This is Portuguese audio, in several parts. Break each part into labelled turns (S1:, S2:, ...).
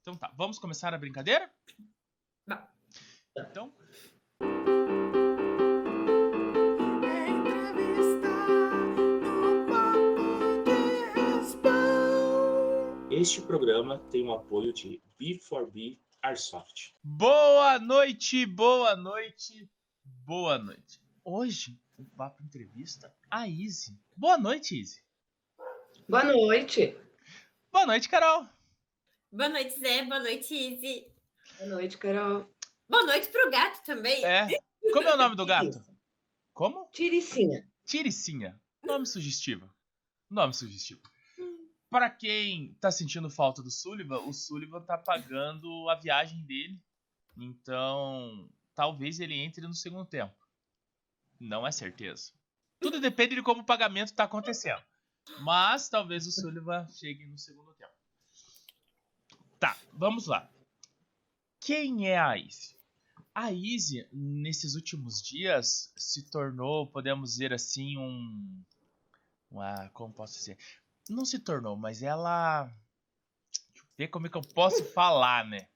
S1: Então tá, vamos começar a brincadeira?
S2: Não.
S1: Então.
S3: Este programa tem o apoio de B4B Airsoft.
S1: Boa noite, boa noite, boa noite. Hoje eu vou para entrevista a Izzy. Boa noite, Izzy.
S2: Boa noite.
S1: Boa noite, Carol.
S4: Boa noite, Zé. Boa noite, Izzy.
S2: Boa noite, Carol.
S4: Boa noite pro gato também.
S1: É. Como é o nome do gato? Como?
S2: Tiricinha.
S1: Tiricinha. Nome sugestivo. Nome sugestivo. Pra quem tá sentindo falta do Sullivan, o Sullivan tá pagando a viagem dele. Então, talvez ele entre no segundo tempo. Não é certeza. Tudo depende de como o pagamento tá acontecendo. Mas talvez o Sullivan chegue no segundo tempo. Tá, vamos lá. Quem é a Izzy? A Izzy, nesses últimos dias, se tornou, podemos dizer assim, um. uma- como posso dizer? Não se tornou, mas ela. Deixa eu ver como é que eu posso falar, né?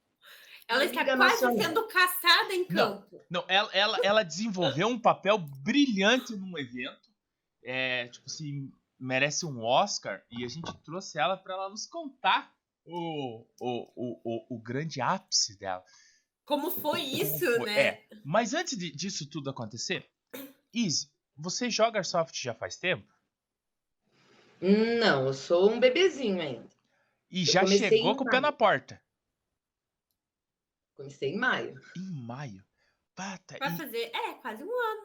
S4: Ela está
S2: Liga
S4: quase
S2: nacional.
S4: sendo caçada em
S1: Não.
S4: campo.
S1: Não, ela, ela, ela desenvolveu um papel brilhante num evento. É, tipo assim, merece um Oscar. E a gente trouxe ela pra ela nos contar o, o, o, o, o grande ápice dela.
S4: Como foi isso,
S1: Como foi?
S4: né?
S1: É. Mas antes de- disso tudo acontecer, Izzy, você joga Airsoft já faz tempo?
S2: Não, eu sou um bebezinho ainda.
S1: E
S2: Eu
S1: já
S2: comecei
S1: chegou
S2: em
S1: com o pé
S2: maio.
S1: na porta.
S2: Comecei em maio.
S1: Em maio. Pata,
S4: Vai fazer. É, quase um ano.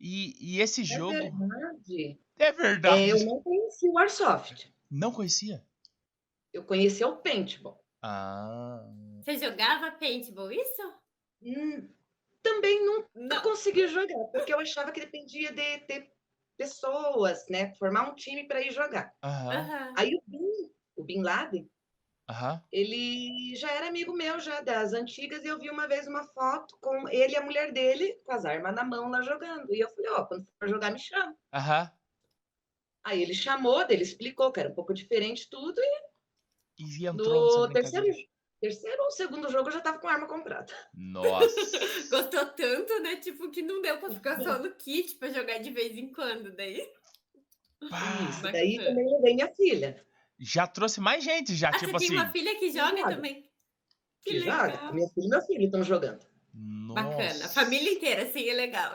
S1: e, e, e esse
S2: Na
S1: jogo.
S2: verdade,
S1: É
S2: é,
S1: verdade.
S2: eu não conheci o Airsoft.
S1: Não conhecia?
S2: Eu conheci o Paintball.
S1: Ah.
S4: Você jogava paintball, isso?
S2: Hum, também nunca
S4: Não.
S2: consegui jogar, porque eu achava que dependia de ter pessoas, né? Formar um time para ir jogar.
S1: Aham.
S4: Aham.
S2: Aí o Bin, o Bin Laden,
S1: Aham.
S2: Ele já era amigo meu, já das antigas, e eu vi uma vez uma foto com ele e a mulher dele com as armas na mão lá jogando. E eu falei, ó, quando for jogar, me chama.
S1: Aham.
S2: Aí ele chamou, daí ele explicou que era um pouco diferente tudo, e
S1: E entrou nessa
S2: no
S1: brincadeira.
S2: terceiro, terceiro ou segundo jogo eu já tava com a arma comprada.
S1: Nossa.
S4: Gostou tanto, né? Tipo, que não deu pra ficar só no kit pra jogar de vez em quando. Daí.
S1: Pá.
S2: Isso,
S4: bacana.
S2: daí também levei minha filha,
S1: Já trouxe mais gente, já,
S4: Ah,
S1: tipo
S4: você
S1: assim.
S4: tem uma filha que joga
S2: joga.
S4: também. Que,
S2: que
S4: legal.
S2: joga. "Ah, Minha filha e meu filho estão jogando.
S1: Nossa.
S4: Bacana. A família inteira, assim, é legal.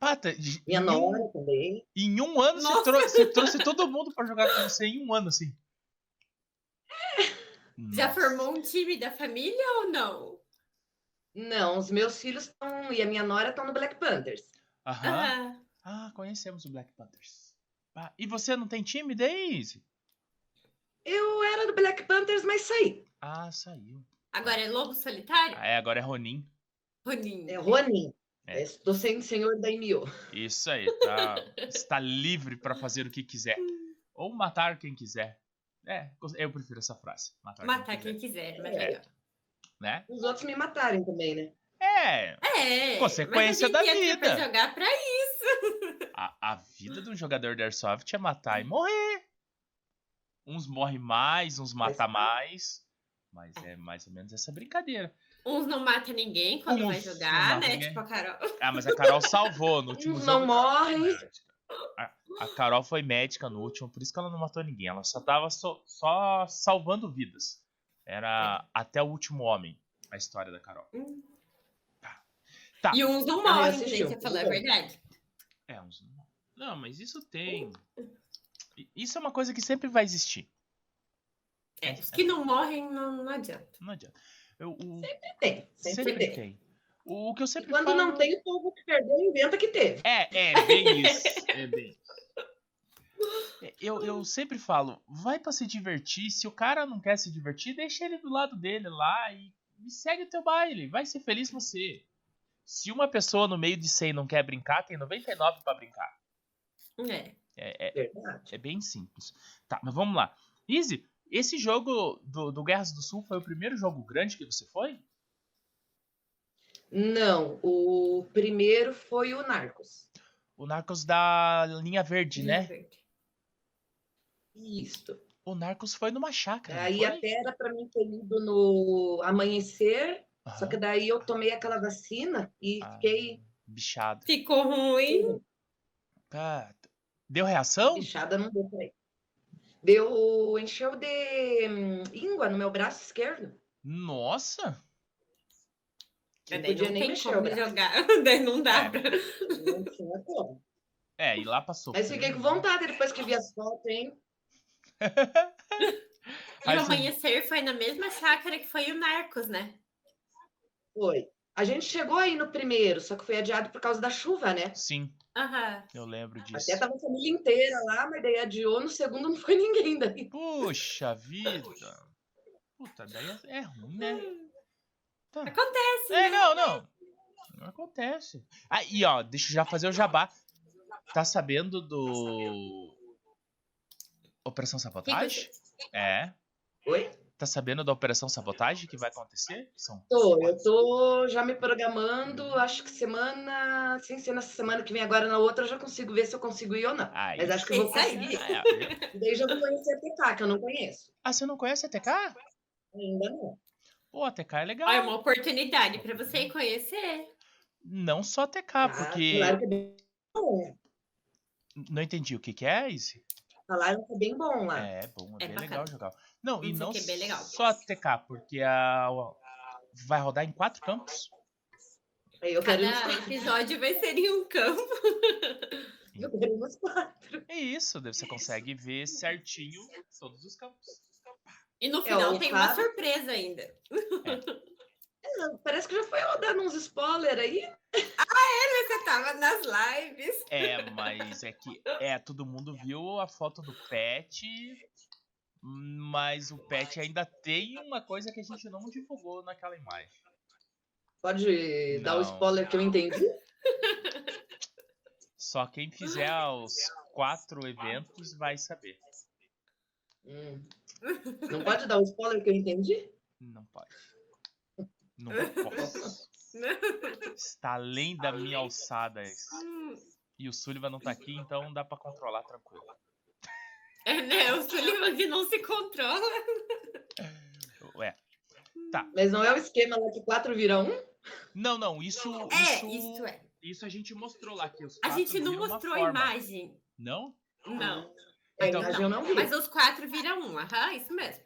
S1: Pata, j-
S2: Minha
S1: em um-
S2: nora também.
S1: em um ano você
S4: Nossa.
S1: trouxe, você trouxe todo mundo pra jogar com você em um ano, assim.
S4: Já
S1: Nossa.
S4: formou um time da família ou não?
S2: Não, os meus filhos estão, e a minha nora estão no Black Panthers.
S1: Aham.
S4: Aham.
S1: Ah, conhecemos o Black Panthers. Pá, E você não tem time, Daisy?
S2: Eu era do Black Panthers, mas saí.
S1: Ah, saiu.
S4: Agora é lobo solitário?
S1: Ah, é, agora é Ronin.
S4: Roninho.
S2: É Ronin.
S1: É.
S2: Estou sendo senhor da M.O.
S1: Isso aí, tá, está livre pra fazer o que quiser. Ou matar quem quiser. É, eu prefiro essa frase. Matar,
S4: Matar
S1: quem quiser.
S4: quem quiser, mas
S2: É.
S4: legal.
S1: Né?
S2: Os outros me matarem também, né?
S1: É,
S4: É.
S1: Consequência
S4: mas a
S1: da
S4: gente entra pra
S1: vida.
S4: jogar pra ir.
S1: a, a vida de um jogador de Airsoft é matar e
S2: Hum.
S1: morrer. Uns morrem mais, uns matam
S2: tá.
S1: mais. Mas é mais ou menos essa brincadeira.
S4: Uns não matam ninguém quando
S1: Uns
S4: vai
S1: não
S4: jogar,
S1: matam
S4: né?
S1: ninguém.
S4: Tipo a Carol.
S1: Ah, mas a Carol salvou no último
S2: Uns
S1: jogo.
S2: não morrem.
S1: A, a Carol foi médica no último, por isso que ela não matou ninguém. Ela só tava so- só salvando vidas.
S2: É.
S1: Era até o último homem a história da Carol.
S4: Hum.
S1: Tá. Tá.
S4: E uns não
S2: Ah,
S4: morrem,
S2: assistiu.
S4: gente. Você falou, é verdade.
S1: É, uns. Não, mas isso tem. I- Isso é uma coisa que sempre vai existir.
S4: É, os que não morrem, não, não adianta.
S1: Não adianta. Eu, o-
S2: Tem, sempre,
S1: sempre
S2: tem.
S1: tem. O, o que eu sempre
S2: Quando
S1: falo...
S2: não tem, o povo que perdeu inventa que teve.
S1: É, é, bem isso. É bem. É, Eu, eu sempre falo, vai pra se divertir. Se o cara não quer se divertir, deixa ele do lado dele lá e, e segue o teu baile. Vai ser feliz você. Se uma pessoa no meio de 100 não quer brincar, tem 99 pra brincar.
S4: É.
S1: É, é-
S2: Verdade.
S1: é bem simples. Tá, mas vamos lá. Easy, esse jogo do, do Guerras do Sul foi o primeiro jogo grande que você foi?
S2: Não, o primeiro foi o Narcos.
S1: né? O Narcos da linha verde, né?
S2: Isso.
S1: O Narcos foi numa chácara. Ah, não
S2: Aí
S1: foi?
S2: até era pra mim ter ido no amanhecer,
S1: Aham.
S2: só que daí eu tomei aquela vacina e
S1: Ah.
S2: fiquei
S1: Bichado.
S4: Ficou ruim.
S1: Cara, deu reação?
S2: bichada, não deu pra ir. Deu, encheu de hum, íngua no meu braço esquerdo.
S1: Nossa!
S2: Não
S4: Daí
S2: podia
S4: não
S2: nem
S4: tem
S2: mexer o
S4: como
S2: braço.
S4: jogar. Daí não dá.
S1: É.
S4: pra-
S2: Não tinha como.
S1: É, e lá passou.
S2: Mas fiquei com vontade depois que vi as fotos, hein?
S4: E
S1: Aí
S4: o
S1: você-
S4: amanhecer foi na mesma chácara que foi o Narcos, né?
S2: Foi. A gente chegou aí no primeiro, só que foi adiado por causa da chuva, né?
S1: Sim,
S4: Aham.
S1: eu lembro disso.
S2: Até tá- tava a família inteira lá, mas daí adiou, no segundo não foi ninguém daí.
S1: Puxa vida. Puta, daí é- é ruim, né? Tá.
S4: Acontece,
S1: É,
S4: né?
S1: não, não. Não acontece. Aí, ó, deixa eu já fazer o jabá. Tá sabendo do. Operação Sabotagem? É.
S2: Oi?
S1: Tá sabendo da Operação Sabotagem que vai acontecer? São...
S2: Tô, eu tô já me programando, acho que semana, sem ser nessa semana que vem agora na outra, eu já consigo ver se eu consigo ir ou não.
S1: Aí.
S2: Mas acho que eu vou
S4: Isso aí.
S2: conseguir.
S1: Ah, é.
S2: E Daí já vou conhecer a TK, que eu não conheço.
S1: Ah, você não conhece a TK?
S2: Ainda não.
S1: Pô, a TK é legal.
S4: Olha, uma oportunidade pra você conhecer.
S1: Não só a TK,
S4: Ah,
S1: Ah, porque.
S2: Falaram que é bem bom.
S1: Não entendi o que, que é, Izzy?
S2: Falaram que é bem bom lá.
S1: É bom, é,
S4: É
S1: bem
S4: bacana.
S1: legal jogar. Não, e
S4: Dizem
S1: não
S4: que é bem legal.
S1: só a TK, porque a, vai rodar em quatro campos.
S2: Aí eu quero ir nos
S4: Cada
S2: quatro.
S4: episódio vai ser em um campo.
S2: Eu quero ir nos quatro.
S1: É isso, daí você consegue ver certinho todos os campos.
S4: E no final
S2: o
S4: tem uma
S2: Fábio-
S4: surpresa ainda.
S2: É, Parece que já foi eu dando uns spoilers aí.
S4: Você tava nas lives.
S1: É, mas é que é, todo mundo viu a foto do Pet, mas o Pet ainda tem uma coisa que a gente não divulgou naquela imagem.
S2: Pode dar
S1: Não.
S2: o spoiler que eu entendi.
S1: Só quem fizer os quatro eventos vai saber.
S2: Hum. Não pode dar o spoiler que eu entendi?
S1: Não pode. Não posso. Está além da minha alçada isso.
S4: Hum,
S1: E o Sullivan não tá aqui, então dá pra controlar tranquilo.
S4: É, né? O Sullivan que não se controla.
S1: Ué.
S2: Mas não é o esquema lá que quatro vira um?
S1: Não, não, isso.
S4: É,
S1: isso,
S4: isso é.
S1: isso a gente mostrou lá que os
S4: A
S1: quatro
S4: gente não
S1: viram uma
S4: mostrou a
S1: forma. Ah.
S4: imagem.
S1: Não?
S4: Não.
S2: É,
S1: Então-
S2: mas eu não vi.
S4: Mas os quatro viram um. Aham, isso mesmo.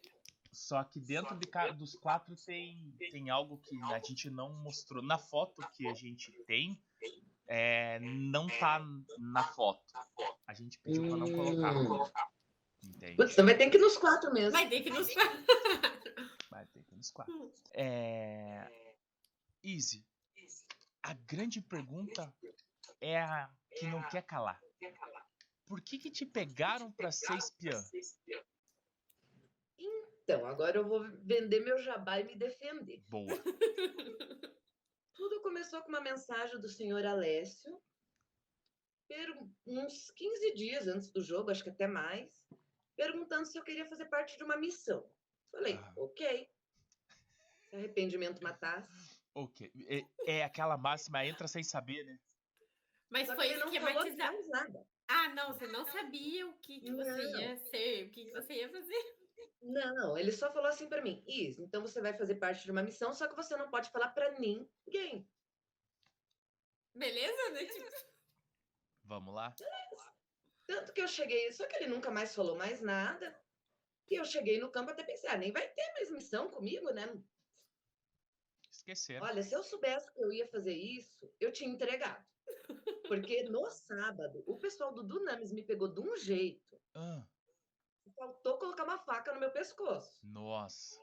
S1: Só que dentro de ca- dos quatro tem, tem algo que a gente não mostrou. Na foto que a gente tem, é, não tá na foto. Hum. A gente pediu pra Tipo, não colocar. Entende?
S2: Hum. Putz, também tem que ir nos quatro mesmo.
S4: Vai ter que nos
S1: Vai ter que ir nos quatro. É... Easy. A grande pergunta é a que não quer calar. Por que que te pegaram pra ser espiã?
S2: Então, agora eu vou vender meu jabá e me defender.
S1: Boa.
S2: Tudo começou com uma mensagem do senhor Alessio, per- uns 15 dias antes do jogo, acho que até mais, perguntando se eu queria fazer parte de uma missão. Falei,
S1: Ah.
S2: ok. Se arrependimento matasse.
S1: Ok. É, é aquela máxima, entra sem saber, né?
S4: Mas
S2: Só que
S4: foi
S2: ele não falou
S4: esquematizado.
S2: mais nada.
S4: Ah, não, você não sabia o que, que você
S2: Não.
S4: ia ser, o que, que você ia fazer.
S2: Não, ele só falou assim pra mim, Is, então você vai fazer parte de uma missão, só que você não pode falar pra ninguém.
S4: Beleza? Né? Tipo,
S1: Vamos lá?
S2: Tanto que eu cheguei, só que ele nunca mais falou mais nada. E eu cheguei no campo até pensar, "Ah, nem vai ter mais missão comigo, né?
S1: Esqueceram.
S2: Olha, se eu soubesse que eu ia fazer isso, eu tinha entregado. Porque no sábado, o pessoal do Dunamis me pegou de um jeito.
S1: Ah,
S2: Faltou colocar uma faca no meu pescoço.
S1: nossa.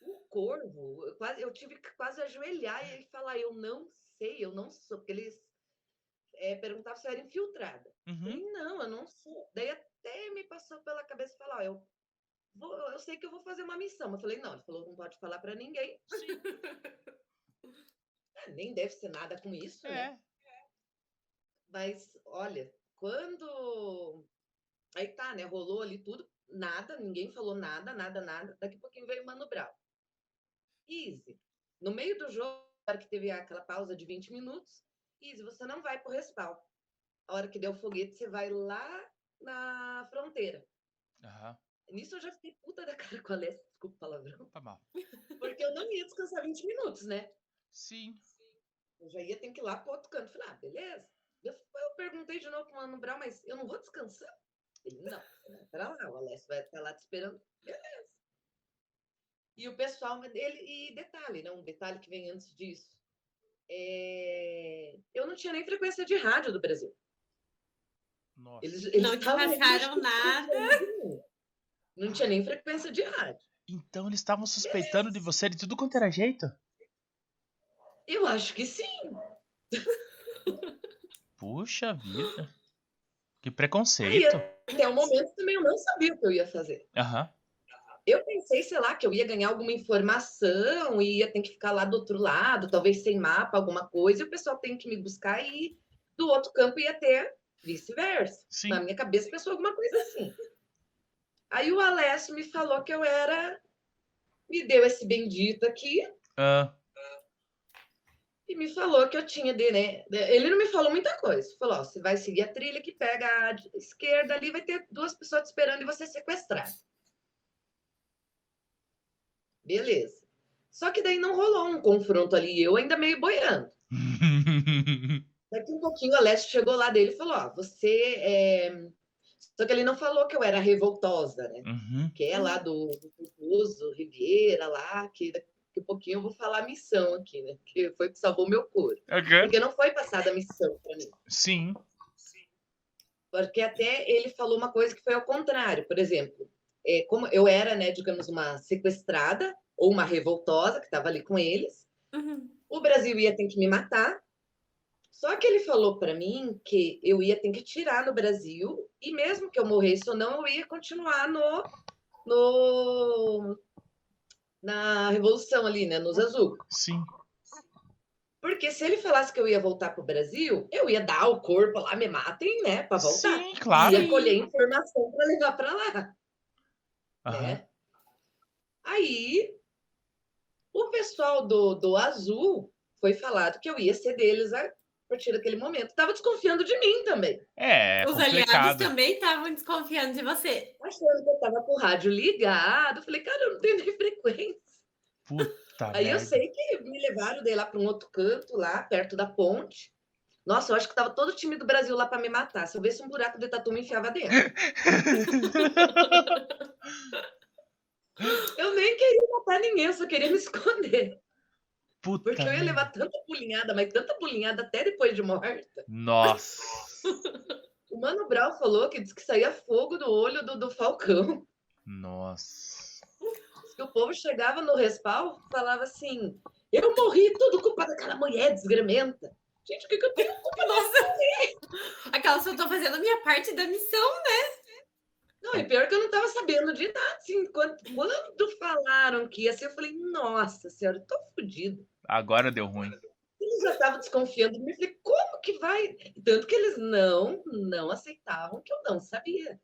S2: O corvo, eu, quase, eu tive que quase ajoelhar e falar, eu não sei, eu não sou. Porque eles eh, perguntavam se eu era infiltrada. Eu
S1: Uhum.
S2: falei, não, eu não sou. Daí até me passou pela cabeça falar, ó, eu, vou, eu sei que eu vou fazer uma missão. Eu falei, não, ele falou, não pode falar pra ninguém. Ah, nem deve ser nada com isso, né?
S1: É.
S2: Mas, olha, quando. Aí tá, né? Rolou ali tudo, nada, ninguém falou nada, nada, nada. Daqui a pouquinho veio o Mano Brown. Easy. No meio do jogo, na hora que teve aquela pausa de 20 minutos, Easy, você não vai pro respaldo. A hora que deu o foguete, você vai lá na fronteira.
S1: Aham.
S2: Nisso eu já fiquei puta da cara com a Alessia, desculpa o palavrão.
S1: Tá mal.
S2: Porque eu não ia descansar 20 minutos, né?
S1: Sim.
S2: Eu já ia ter que ir lá pro outro canto. Falei, ah, beleza. Eu, eu perguntei de novo pro Mano Brown, mas eu não vou descansar? Ele, não, você vai pra lá, o Alessio vai estar lá te esperando. Beleza. E o pessoal, mas ele, e detalhe, né? Um detalhe que vem antes disso. É, Eu não tinha nem frequência de rádio do Brasil.
S1: Nossa.
S2: Eles, eles
S4: Não te
S2: estavam meio
S4: passaram
S2: que
S4: nada.
S2: surpreendendo. Não tinha nem frequência de rádio.
S1: Então eles estavam suspeitando de você de tudo quanto era jeito?
S2: Eu acho que sim.
S1: Puxa vida. Que preconceito.
S2: Até o momento também eu não sabia o que eu ia fazer.
S1: Aham.
S2: Eu pensei, sei lá, que eu ia ganhar alguma informação e ia ter que ficar lá do outro lado, talvez sem mapa, alguma coisa, e o pessoal tem que me buscar e do outro campo ia ter vice-versa.
S1: Sim.
S2: Na minha cabeça pensou alguma coisa assim. Aí o Alessio me falou que eu era. Me deu esse bendito aqui
S1: Ah,
S2: e me falou que eu tinha. De, né, de- ele não me falou muita coisa. Falou: ó, você vai seguir a trilha que pega a d- esquerda ali, vai ter duas pessoas te esperando e você é sequestrado. Beleza. Só que daí não rolou um confronto ali, eu ainda meio boiando. Daqui um pouquinho, a Leste chegou lá dele e falou: ó, você é. Só que ele não falou que eu era revoltosa, né?
S1: uhum.
S2: que é lá do Uso, Riviera, lá, que daqui a pouquinho eu vou falar a missão aqui, né? Que foi o que salvou meu couro.
S1: Ok.
S2: Porque não foi passada a missão para mim.
S1: Sim.
S2: Porque até ele falou uma coisa que foi ao contrário. Por exemplo, é, como eu era, né, digamos, uma sequestrada ou uma revoltosa que estava ali com eles,
S4: Uhum.
S2: o Brasil ia ter que me matar. Só que ele falou para mim que eu ia ter que tirar no Brasil e mesmo que eu morresse ou não, eu ia continuar no no na revolução ali, né, nos azul.
S1: Sim.
S2: Porque se ele falasse que eu ia voltar pro Brasil, eu ia dar o corpo lá, me matem, né, para voltar.
S1: Sim, claro.
S2: Ia colher informação para levar para lá,
S1: Aham.
S2: né? Aí o pessoal do, do azul foi falado que eu ia ser deles a partir daquele momento. Tava desconfiando de mim também,
S1: É, é
S4: Os aliados
S1: complicado.
S4: também estavam desconfiando de você.
S2: achando que eu tava com o rádio ligado. Falei, cara, eu não tenho nem frequência.
S1: Puta
S2: Aí eu
S1: merda.
S2: sei que me levaram daí lá para um outro canto, lá perto da ponte. Nossa, eu acho que tava todo o time do Brasil lá para me matar. Se eu visse um buraco de tatu, me enfiava dentro. Eu nem queria matar ninguém, eu só queria me esconder.
S1: Puta
S2: Porque eu ia
S1: merda.
S2: levar tanta pulinhada, mas tanta pulinhada até depois de morta.
S1: Nossa.
S2: O Mano Brown falou que disse que saía fogo do olho do, do Falcão.
S1: Nossa.
S2: Diz que o povo chegava no respaldo e falava assim: Eu morri, tudo culpa daquela mulher desgramenta. Gente, o que, que eu tenho culpa dessa
S4: Aquela só tô fazendo a minha parte da missão.
S2: Não, e pior que eu não estava sabendo de nada. Assim, quando, quando falaram que ia ser, eu falei, nossa senhora, eu tô fodida.
S1: Agora deu ruim.
S2: Eles já estavam desconfiando de mim. Eu falei, como que vai? Tanto que eles não, não aceitavam que eu não sabia.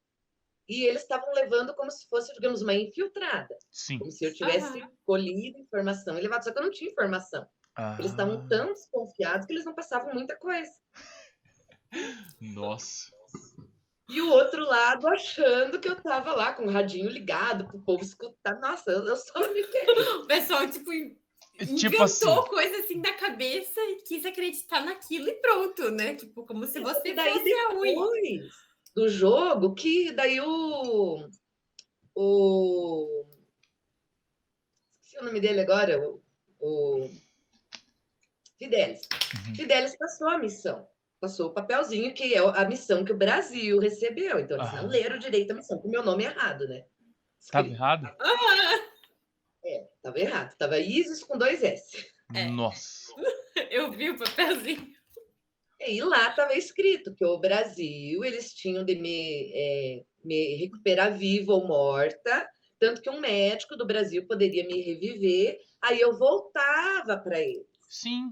S2: E eles estavam levando como se fosse, digamos, uma infiltrada.
S1: Sim.
S2: Como se eu tivesse colhido informação e levado. Só que eu não tinha informação. Eles estavam
S1: Ah,
S2: tão desconfiados que eles não passavam muita coisa.
S1: Nossa.
S2: E o outro lado achando que eu tava lá com o radinho ligado pro povo escutar. Nossa, eu, eu só me
S4: O pessoal, tipo, in- inventou
S1: Tipo assim.
S4: coisa assim da cabeça e quis acreditar naquilo e pronto, né? Tipo, como se você
S2: E daí
S4: fosse a ruim.
S2: depois do jogo que daí o o esqueci o nome dele agora o, o Fidelis
S1: Uhum.
S2: Fidelis passou a missão passou o papelzinho que é a missão que o Brasil recebeu então eles
S1: Aham. Tá
S2: não leram direito a missão com o meu nome errado né
S1: Tava
S2: Escrito.
S1: errado?
S2: tava errado tava Isis com dois S
S4: É.
S1: Nossa.
S4: Eu vi o papelzinho.
S2: E lá estava escrito que o Brasil eles tinham de me, eh, me recuperar viva ou morta, tanto que um médico do Brasil poderia me reviver. Aí eu voltava para ele.
S1: Sim,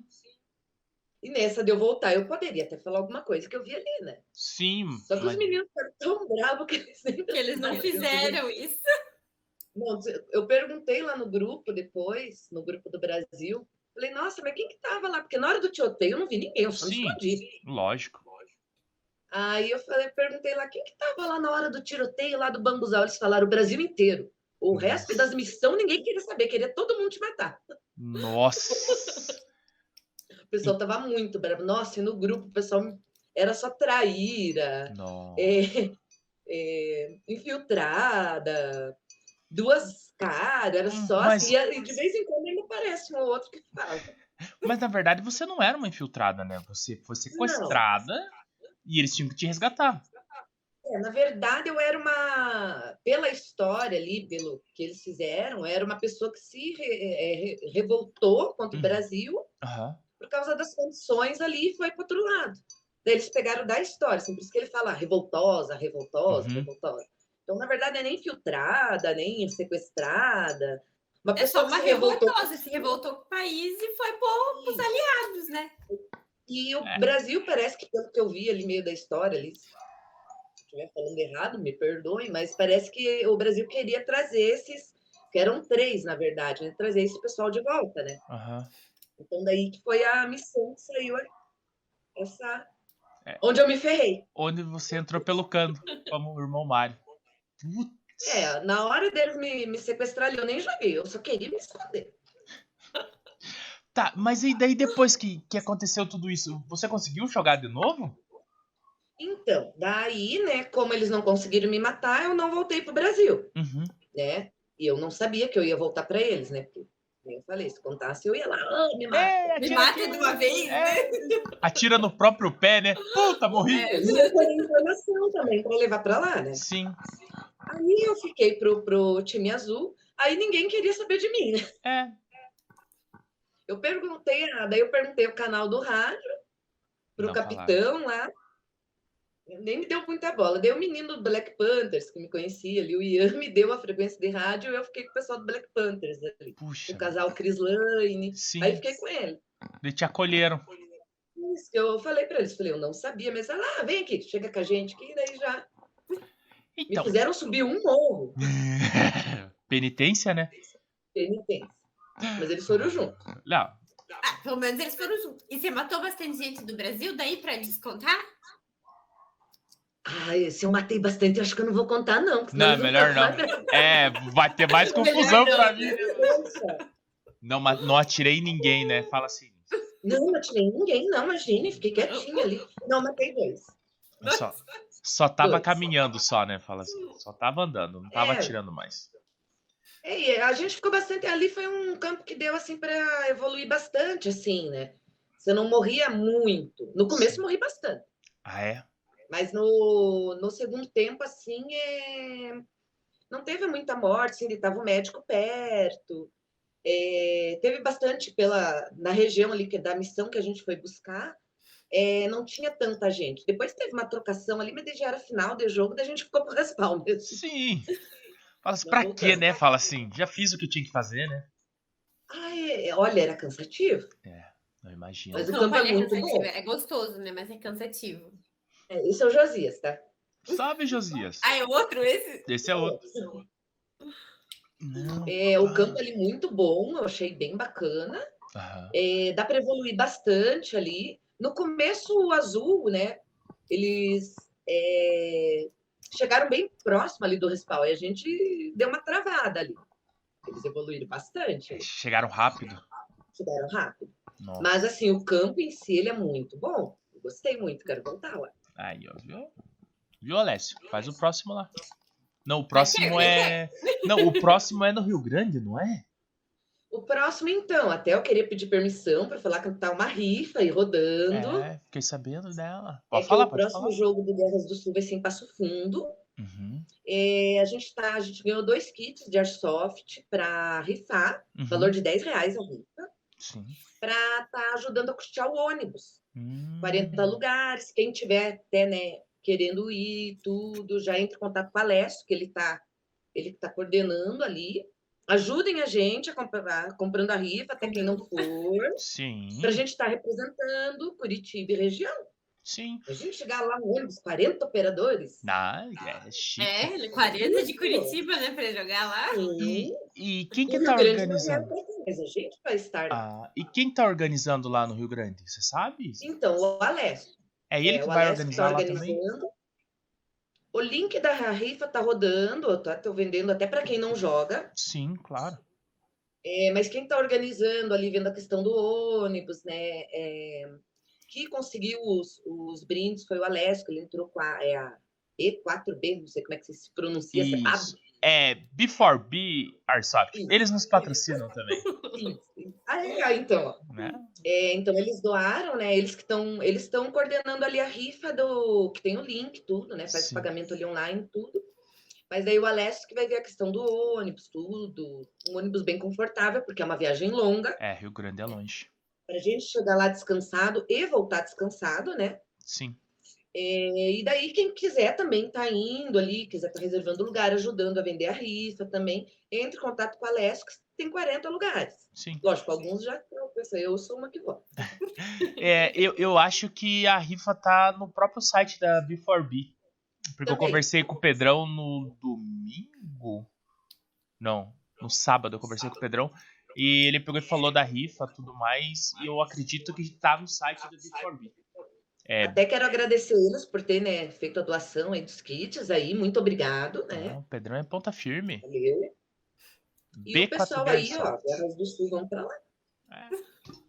S2: E nessa de eu voltar, eu poderia até falar alguma coisa que eu vi ali, né?
S1: sim.
S2: Só que os
S1: mas-
S2: meninos ficaram tão bravos que eles nem
S4: Que eles não fizeram isso.
S2: Não, eu perguntei lá no grupo depois, no grupo do Brasil. Falei, nossa, mas quem que tava lá? Porque na hora do tiroteio eu não vi ninguém, eu só me
S1: Sim.
S2: escondi.
S1: Lógico.
S2: Aí eu falei, perguntei lá quem que tava lá na hora do tiroteio lá do bambuzal. Eles falaram o Brasil inteiro. O resto das missões ninguém queria saber, queria todo mundo te matar.
S1: Nossa.
S2: O pessoal tava muito bravo. Nossa, e no grupo o pessoal era só traíra,
S1: Nossa.
S2: é, é, infiltrada, duas caras, era só
S1: Hum, Mas-
S2: assim. E de vez em quando ainda aparece um ou outro que fala.
S1: Mas na verdade você não era uma infiltrada, né? Você foi sequestrada e eles tinham que te resgatar.
S2: É, na verdade, eu era uma. Pela história ali, pelo que eles fizeram, eu era uma pessoa que se re- é, re- revoltou contra
S1: Uhum.
S2: o Brasil
S1: Aham.
S2: por causa das condições ali e foi para outro lado. Daí eles pegaram da história, assim, por isso que ele fala revoltosa, revoltosa,
S1: Uhum.
S2: revoltosa. Então, na verdade, é nem filtrada, nem sequestrada. Uma
S4: É só
S2: pessoa
S4: uma
S2: que se revoltou.
S4: revoltosa, se revoltou com o país e foi pro, pros aliados, né?
S2: E o
S1: É.
S2: Brasil parece que, pelo que eu vi ali meio da história, ali, se eu estiver falando errado, me perdoem, mas parece que o Brasil queria trazer esses, que eram três, na verdade, né? trazer esse pessoal de volta, né?
S1: Aham.
S2: Então daí que foi a missão que saiu a- essa.
S1: É.
S2: Onde eu me ferrei.
S1: Onde você entrou pelo cano, como o irmão Mário. Puta.
S2: É, na hora deles me, me sequestrar ali, eu nem joguei, eu só queria me esconder.
S1: Tá, mas e daí depois que, que aconteceu tudo isso, você conseguiu jogar de novo?
S2: Então, daí, né, como eles não conseguiram me matar, eu não voltei pro Brasil.
S1: Uhum.
S2: né? E eu não sabia que eu ia voltar para eles, né? Porque, nem eu falei, se contasse, eu ia lá, ah, me mata.
S1: É,
S4: Me
S1: atira,
S4: mata de uma vez, né?
S1: é. atira no próprio pé, né? Puta, morri.
S4: É.
S2: E eu tenho informação também para levar para lá, né?
S1: Sim.
S2: Aí eu fiquei pro, pro time azul, aí ninguém queria saber de mim, né?
S1: É.
S2: Eu perguntei, ah, daí eu perguntei o canal do rádio pro
S1: Não
S2: capitão lá. Nem me deu muita bola. Deu o menino do Black Panthers, que me conhecia ali, o Ian me deu a frequência de rádio e eu fiquei com o pessoal do Black Panthers ali.
S1: Puxa.
S2: O casal Chris Lane.
S1: Sim.
S2: Aí fiquei com ele.
S1: Eles te acolheram.
S2: Isso que eu falei para eles, falei, eu não sabia, mas ela, ah, vem aqui, chega com a gente, que daí já me
S1: Então.
S2: fizeram subir um morro,
S1: Penitência, né?
S2: penitência. Mas eles foram junto.
S1: Não.
S4: Ah, pelo menos eles foram juntos. E você matou bastante gente do Brasil daí pra descontar?
S2: Ah, se eu matei bastante, eu acho que eu não vou contar, não. porque
S1: Não,
S2: eles
S1: melhor não.
S2: sabem.
S1: É, vai ter mais confusão
S4: Melhor
S1: pra
S4: não.
S1: mim. Não, mas não atirei ninguém, né? Fala assim.
S2: Não, não tirei ninguém, não, imagine, fiquei quietinha ali. Não, matei dois.
S1: Só, só tava
S2: Dois.
S1: caminhando só, né? Fala assim. Só tava andando, não tava
S2: É.
S1: atirando mais.
S2: É, e a gente ficou bastante ali, foi um campo que deu assim para evoluir bastante, assim, né? Você não morria muito. No começo morri bastante.
S1: Ah, é?
S2: Mas no, no segundo tempo, assim, é, não teve muita morte, assim, estava o médico perto. É, teve bastante pela na região ali que da missão que a gente foi buscar, é, não tinha tanta gente. Depois teve uma trocação ali, mas daí já era final de jogo, daí a gente ficou pro respawn mesmo.
S1: Sim. Fala assim,
S2: Não
S1: pra
S2: vou
S1: quê, né? Fala assim. Já fiz o que tinha que fazer, né?
S2: Ai, é, olha, era cansativo.
S1: Não imagino.
S2: Mas o
S4: Não,
S2: campo é
S4: olha,
S2: muito
S4: cansativo.
S2: bom.
S4: É gostoso, né? Mas é cansativo.
S2: É, Isso é o Josias, tá?
S1: Sabe, Josias?
S4: Ah, é outro esse?
S1: Esse é outro. Não.
S2: É, o campo ali muito bom, eu achei bem bacana.
S1: Aham.
S2: É, dá para evoluir bastante ali. No começo, o azul, né? Eles é, chegaram bem próximo ali do respawn e a gente deu uma travada ali. Eles evoluíram bastante, eles
S1: Chegaram rápido.
S2: chegaram rápido.
S1: Nossa.
S2: Mas assim, o campo em si ele é muito bom. Eu gostei muito, quero voltar lá.
S1: Aí, ó, viu? Viu, Alessio? Faz o próximo lá. Não, o próximo é. Não, o próximo é no Rio Grande, não é?
S2: O próximo, então, até eu queria pedir permissão para falar que tá uma rifa aí rodando. É.
S1: É, fiquei sabendo dela.
S2: que
S1: Pode falar,
S2: o
S1: pode
S2: próximo
S1: falar.
S2: jogo do Guerras do Sul vai ser em Passo Fundo.
S1: Uhum,
S2: É, a, gente tá, a gente ganhou dois kits de airsoft para rifar,
S1: uhum,
S2: valor de 10 reais a rifa,
S1: Sim.
S2: para estar ajudando a custear o ônibus.
S1: Hum,
S2: 40 lugares, quem tiver até, né, querendo ir, tudo, já entre em contato com o Alessio, que ele está ele que tá coordenando ali. Ajudem a gente a comprar, comprando a rifa, até quem não for,
S1: Sim.
S2: para a gente estar representando Curitiba e região.
S1: Sim.
S2: A gente chegar lá no ônibus, 40 operadores.
S1: Ah, é chique.
S4: É, 40
S1: tipo,
S4: de Curitiba, né? Pra jogar lá.
S2: Sim.
S1: E, e quem
S2: O
S1: que
S2: Rio
S1: tá
S2: Grande não é
S1: organizando?
S2: pouco, Mas a gente vai estar lá.
S1: Ah, e quem tá organizando lá no Rio Grande? Você sabe?
S2: Então, o Alessio.
S1: É ele
S2: É,
S1: que
S2: o
S1: vai
S2: Alessio tá
S1: organizar lá também?
S2: organizando. O link da rifa tá rodando, tá, tô vendendo até para quem não joga.
S1: Sim, claro.
S2: É, mas quem está organizando ali, vendo a questão do ônibus, né? é, que conseguiu os, os brindes foi o Alessio, que ele entrou com a, é a E4B, não sei como é que se pronuncia. essa- a
S1: Isso. É, Before B Arsoft.
S2: Isso.
S1: Eles nos patrocinam também,
S2: Sim. Ah, é, ah, então, ó.
S1: né?
S2: É, então eles doaram, né? Eles que estão, eles estão coordenando ali a rifa do que tem o link, tudo, né? Faz
S1: Sim.
S2: o pagamento ali online, tudo. Mas daí o Alessio que vai ver a questão do ônibus, tudo, um ônibus bem confortável, porque é uma viagem longa,
S1: É, Rio Grande é longe.
S2: para a gente chegar lá descansado e voltar descansado, né?
S1: Sim.
S2: É, e daí quem quiser também tá indo ali, quiser tá reservando lugar, ajudando a vender a rifa também, entre em contato com o Alessio, que tem 40 lugares.
S1: Sim.
S2: Lógico, alguns já estão, eu sou uma que vou.
S1: É, eu, eu acho que a rifa tá no próprio site da B4B. Porque eu
S2: Também.
S1: conversei com o Pedrão no domingo? Não, no sábado eu conversei com o Pedrão. E ele pegou e falou da rifa e tudo mais. E eu acredito que tá no site da B4B. É,
S2: Até quero agradecer eles por ter né, feito a doação aí dos kits aí. Muito obrigado, né?
S1: não, o Pedrão é ponta firme.
S2: Valeu. E o pessoal
S1: B4B.
S2: aí, ó,
S1: Arsoft.
S2: Guerras do Sul, vão pra lá.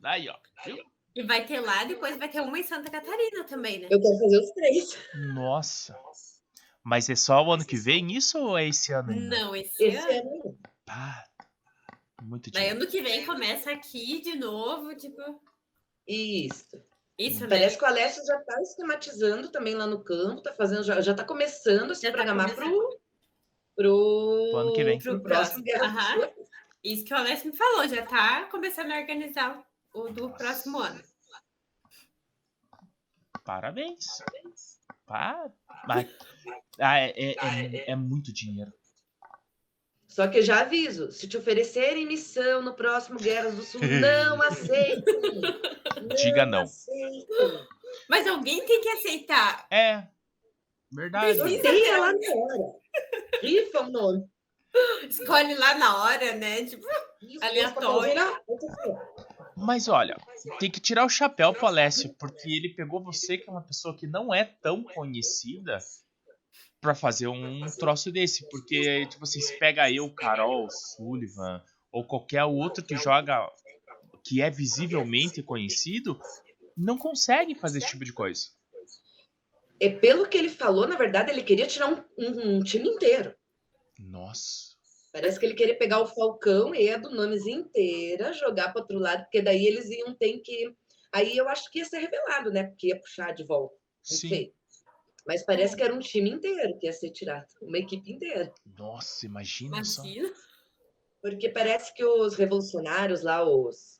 S1: Aí, ó. viu?
S4: E vai ter lá, depois vai ter uma em Santa Catarina também, né?
S2: Eu quero fazer os três.
S1: Nossa. Mas é só o ano que vem isso ou é esse ano ainda?
S4: Não, esse,
S2: Esse
S4: ano.
S2: ano. não.
S1: Pá. Muito
S4: Daí
S1: dinheiro.
S4: ano que vem começa aqui de novo, tipo.
S2: Isso.
S4: Isso, né?
S2: Parece que o Alessio já está esquematizando também lá no campo, tá fazendo, já, já tá começando a se
S4: Já tá
S2: programar para
S4: começando.
S2: pro, pro,
S1: Pro ano que vem.
S2: pro
S4: Pro
S2: próximo
S4: próximo.
S2: Guerra do
S4: Aham.
S2: Sul.
S4: Isso que o Alessio me falou, já tá começando a organizar o do
S1: Nossa.
S4: próximo ano.
S1: Parabéns. Pá. Mas- Ah, é, é- é- é muito dinheiro.
S2: Só que eu já aviso, se te oferecerem missão no próximo Guerras do Sul, não aceitem.
S1: Diga não.
S2: aceitem.
S4: Mas alguém tem que aceitar.
S1: É. Verdade.
S4: Precisa
S2: Sorteia
S4: ter
S2: lá na hora. Rifa o nome.
S4: Escolhe lá na hora, né? Tipo,
S2: Isso, papelzinho,
S4: Aleatório.
S2: não, isso aqui, ó.
S1: Mas olha, tem que tirar o chapéu pro Alessio, porque ele pegou você, que é uma pessoa que não é tão conhecida, pra fazer um troço desse. Porque, tipo assim, se pega eu, Carol, Sullivan, ou qualquer outro que joga que é visivelmente conhecido, não consegue fazer esse tipo de coisa.
S2: É pelo que ele falou, na verdade, ele queria tirar um, um- um time inteiro.
S1: Nossa.
S2: Parece que ele queria pegar o Falcão e a do Nunes inteira, jogar para outro lado, porque daí eles iam ter que. Aí eu acho que ia ser revelado, né? Porque ia puxar de volta. Não
S1: Sim.
S2: sei. Mas parece que era um time inteiro que ia ser tirado, uma equipe inteira.
S1: Nossa, imagina só.
S4: imagina.
S2: Porque parece que os revolucionários lá, os.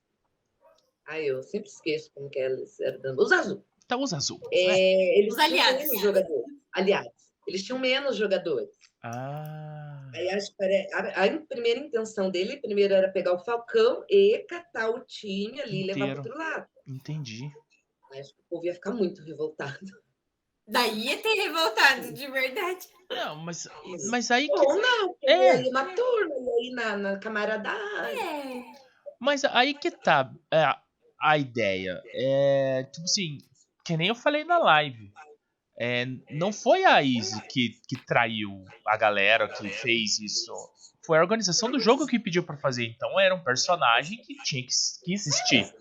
S2: Ai, eu sempre esqueço como que eles eram. Os azuis.
S1: Tá os azul. né?
S2: É, eles
S4: Os
S2: tinham
S4: aliados.
S2: menos jogadores. Aliados. Eles tinham menos jogadores.
S1: Ah.
S2: Aí acho que pare- a, a primeira intenção dele, primeiro era pegar o Falcão e catar o time ali e levar para
S1: Inteiro.
S2: outro lado.
S1: Entendi.
S2: Aí Acho que o povo ia ficar muito revoltado.
S4: Daí ia ter revoltado, de verdade.
S1: Não, mas, mas aí que,
S2: Ou não, porque
S1: É.
S2: ia ir na turma, ia ir na, na camaradagem.
S4: É.
S1: mas aí que tá é, a ideia. É, tipo assim, que nem eu falei na live. É, não foi a Izzy que, que traiu a galera que fez isso. Foi a organização do jogo que pediu pra fazer. Então era um personagem que tinha que, que existir.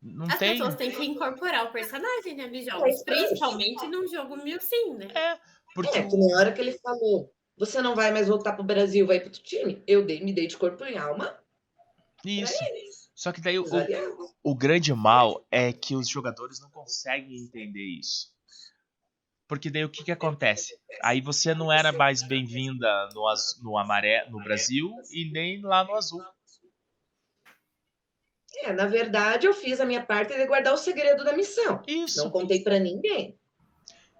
S1: Não
S4: As
S1: tem.
S4: pessoas têm que incorporar o personagem, né, nos
S2: É
S4: jogos.
S2: isso aí.
S4: Principalmente num jogo mil sim, né?
S1: É, porque
S2: É, que na hora que ele falou, você não vai mais voltar pro Brasil, vai pro outro time. Eu dei, me dei de corpo e alma.
S1: Isso. Só que daí o,
S2: Os aliados.
S1: o grande mal é que os jogadores não conseguem entender isso. Porque daí o que, que acontece? Aí você não era mais bem-vinda no, azu- no amarelo no Brasil e nem lá no azul.
S2: É, na verdade, eu fiz a minha parte de guardar o segredo da missão. Não
S1: Isso.
S2: contei pra ninguém.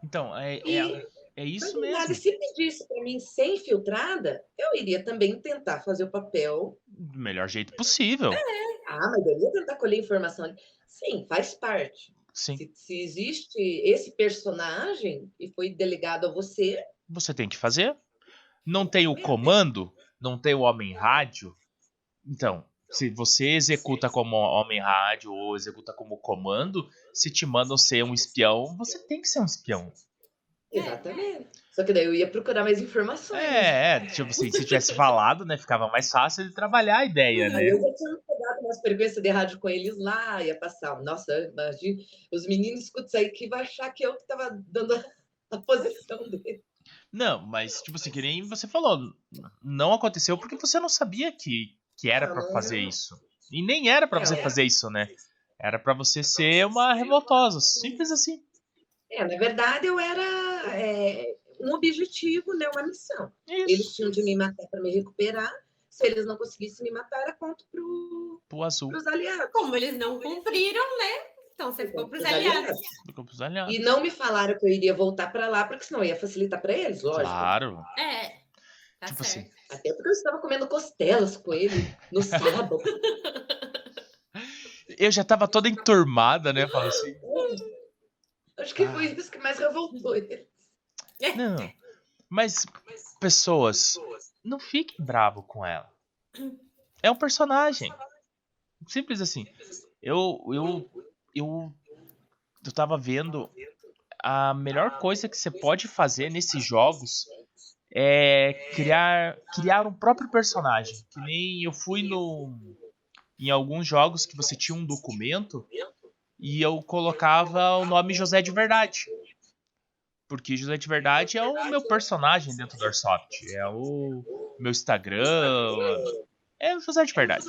S1: Então, é,
S2: E
S1: é, é isso
S2: na verdade,
S1: mesmo.
S2: se pedisse pra mim sem filtrada, eu iria também tentar fazer o papel.
S1: Do melhor jeito possível.
S2: Ah, mas eu ia tentar colher informação. ali. Sim, faz parte.
S1: Sim.
S2: Se, se existe esse personagem e foi delegado a você,
S1: Você tem que fazer. Não tem o comando, não tem o homem rádio. Então, se você executa como homem rádio ou executa como comando, se te mandam ser um espião, você tem que ser um espião.
S4: É.
S2: Exatamente. Só que daí eu ia procurar mais informações.
S1: É, é tipo assim, se tivesse falado, né, ficava mais fácil de trabalhar a ideia,
S2: Aí
S1: né?
S2: Eu já tinha pegado umas frequências de rádio com eles lá, ia passar. Nossa, imagina, os meninos escutam isso aí que vai achar que eu que tava dando a, a posição dele.
S1: Não, mas tipo assim, que nem você falou, n- não aconteceu porque você não sabia que, que era pra fazer isso. E nem era pra você
S2: É.
S1: fazer isso, né? Era pra você ser uma revoltosa, simples assim.
S2: É, na verdade, eu era é, um objetivo, né, uma missão. Eles
S1: É Isso,
S2: tinham de me matar para me recuperar. Se eles não conseguissem me matar, era conto para
S1: pro azul
S2: os aliados.
S4: Como eles não cumpriram, né? Então você ficou pros
S2: Os aliados.
S4: aliados.
S1: do Campos Aliados.
S2: E não me falaram que eu iria voltar para lá, porque senão ia facilitar para eles, lógico.
S1: Claro.
S4: É. Tá
S1: Tipo assim,
S4: certo.
S2: Até porque eu estava comendo costelas com ele no sábado.
S1: Eu já tava toda enturmada, né? Falando assim,
S2: Acho que
S1: Ah.
S2: foi isso que mais revoltou ele.
S1: não. Mas, pessoas, não fiquem bravo com ela. É um personagem. Simples assim. Eu, eu, eu, eu tava vendo a melhor coisa que você pode fazer nesses jogos é criar, criar um próprio personagem. Que nem eu fui no em alguns jogos que você tinha um documento e eu colocava o nome José de verdade. Porque José de Verdade é o meu personagem dentro do Airsoft. É o meu Instagram. É o José de Verdade.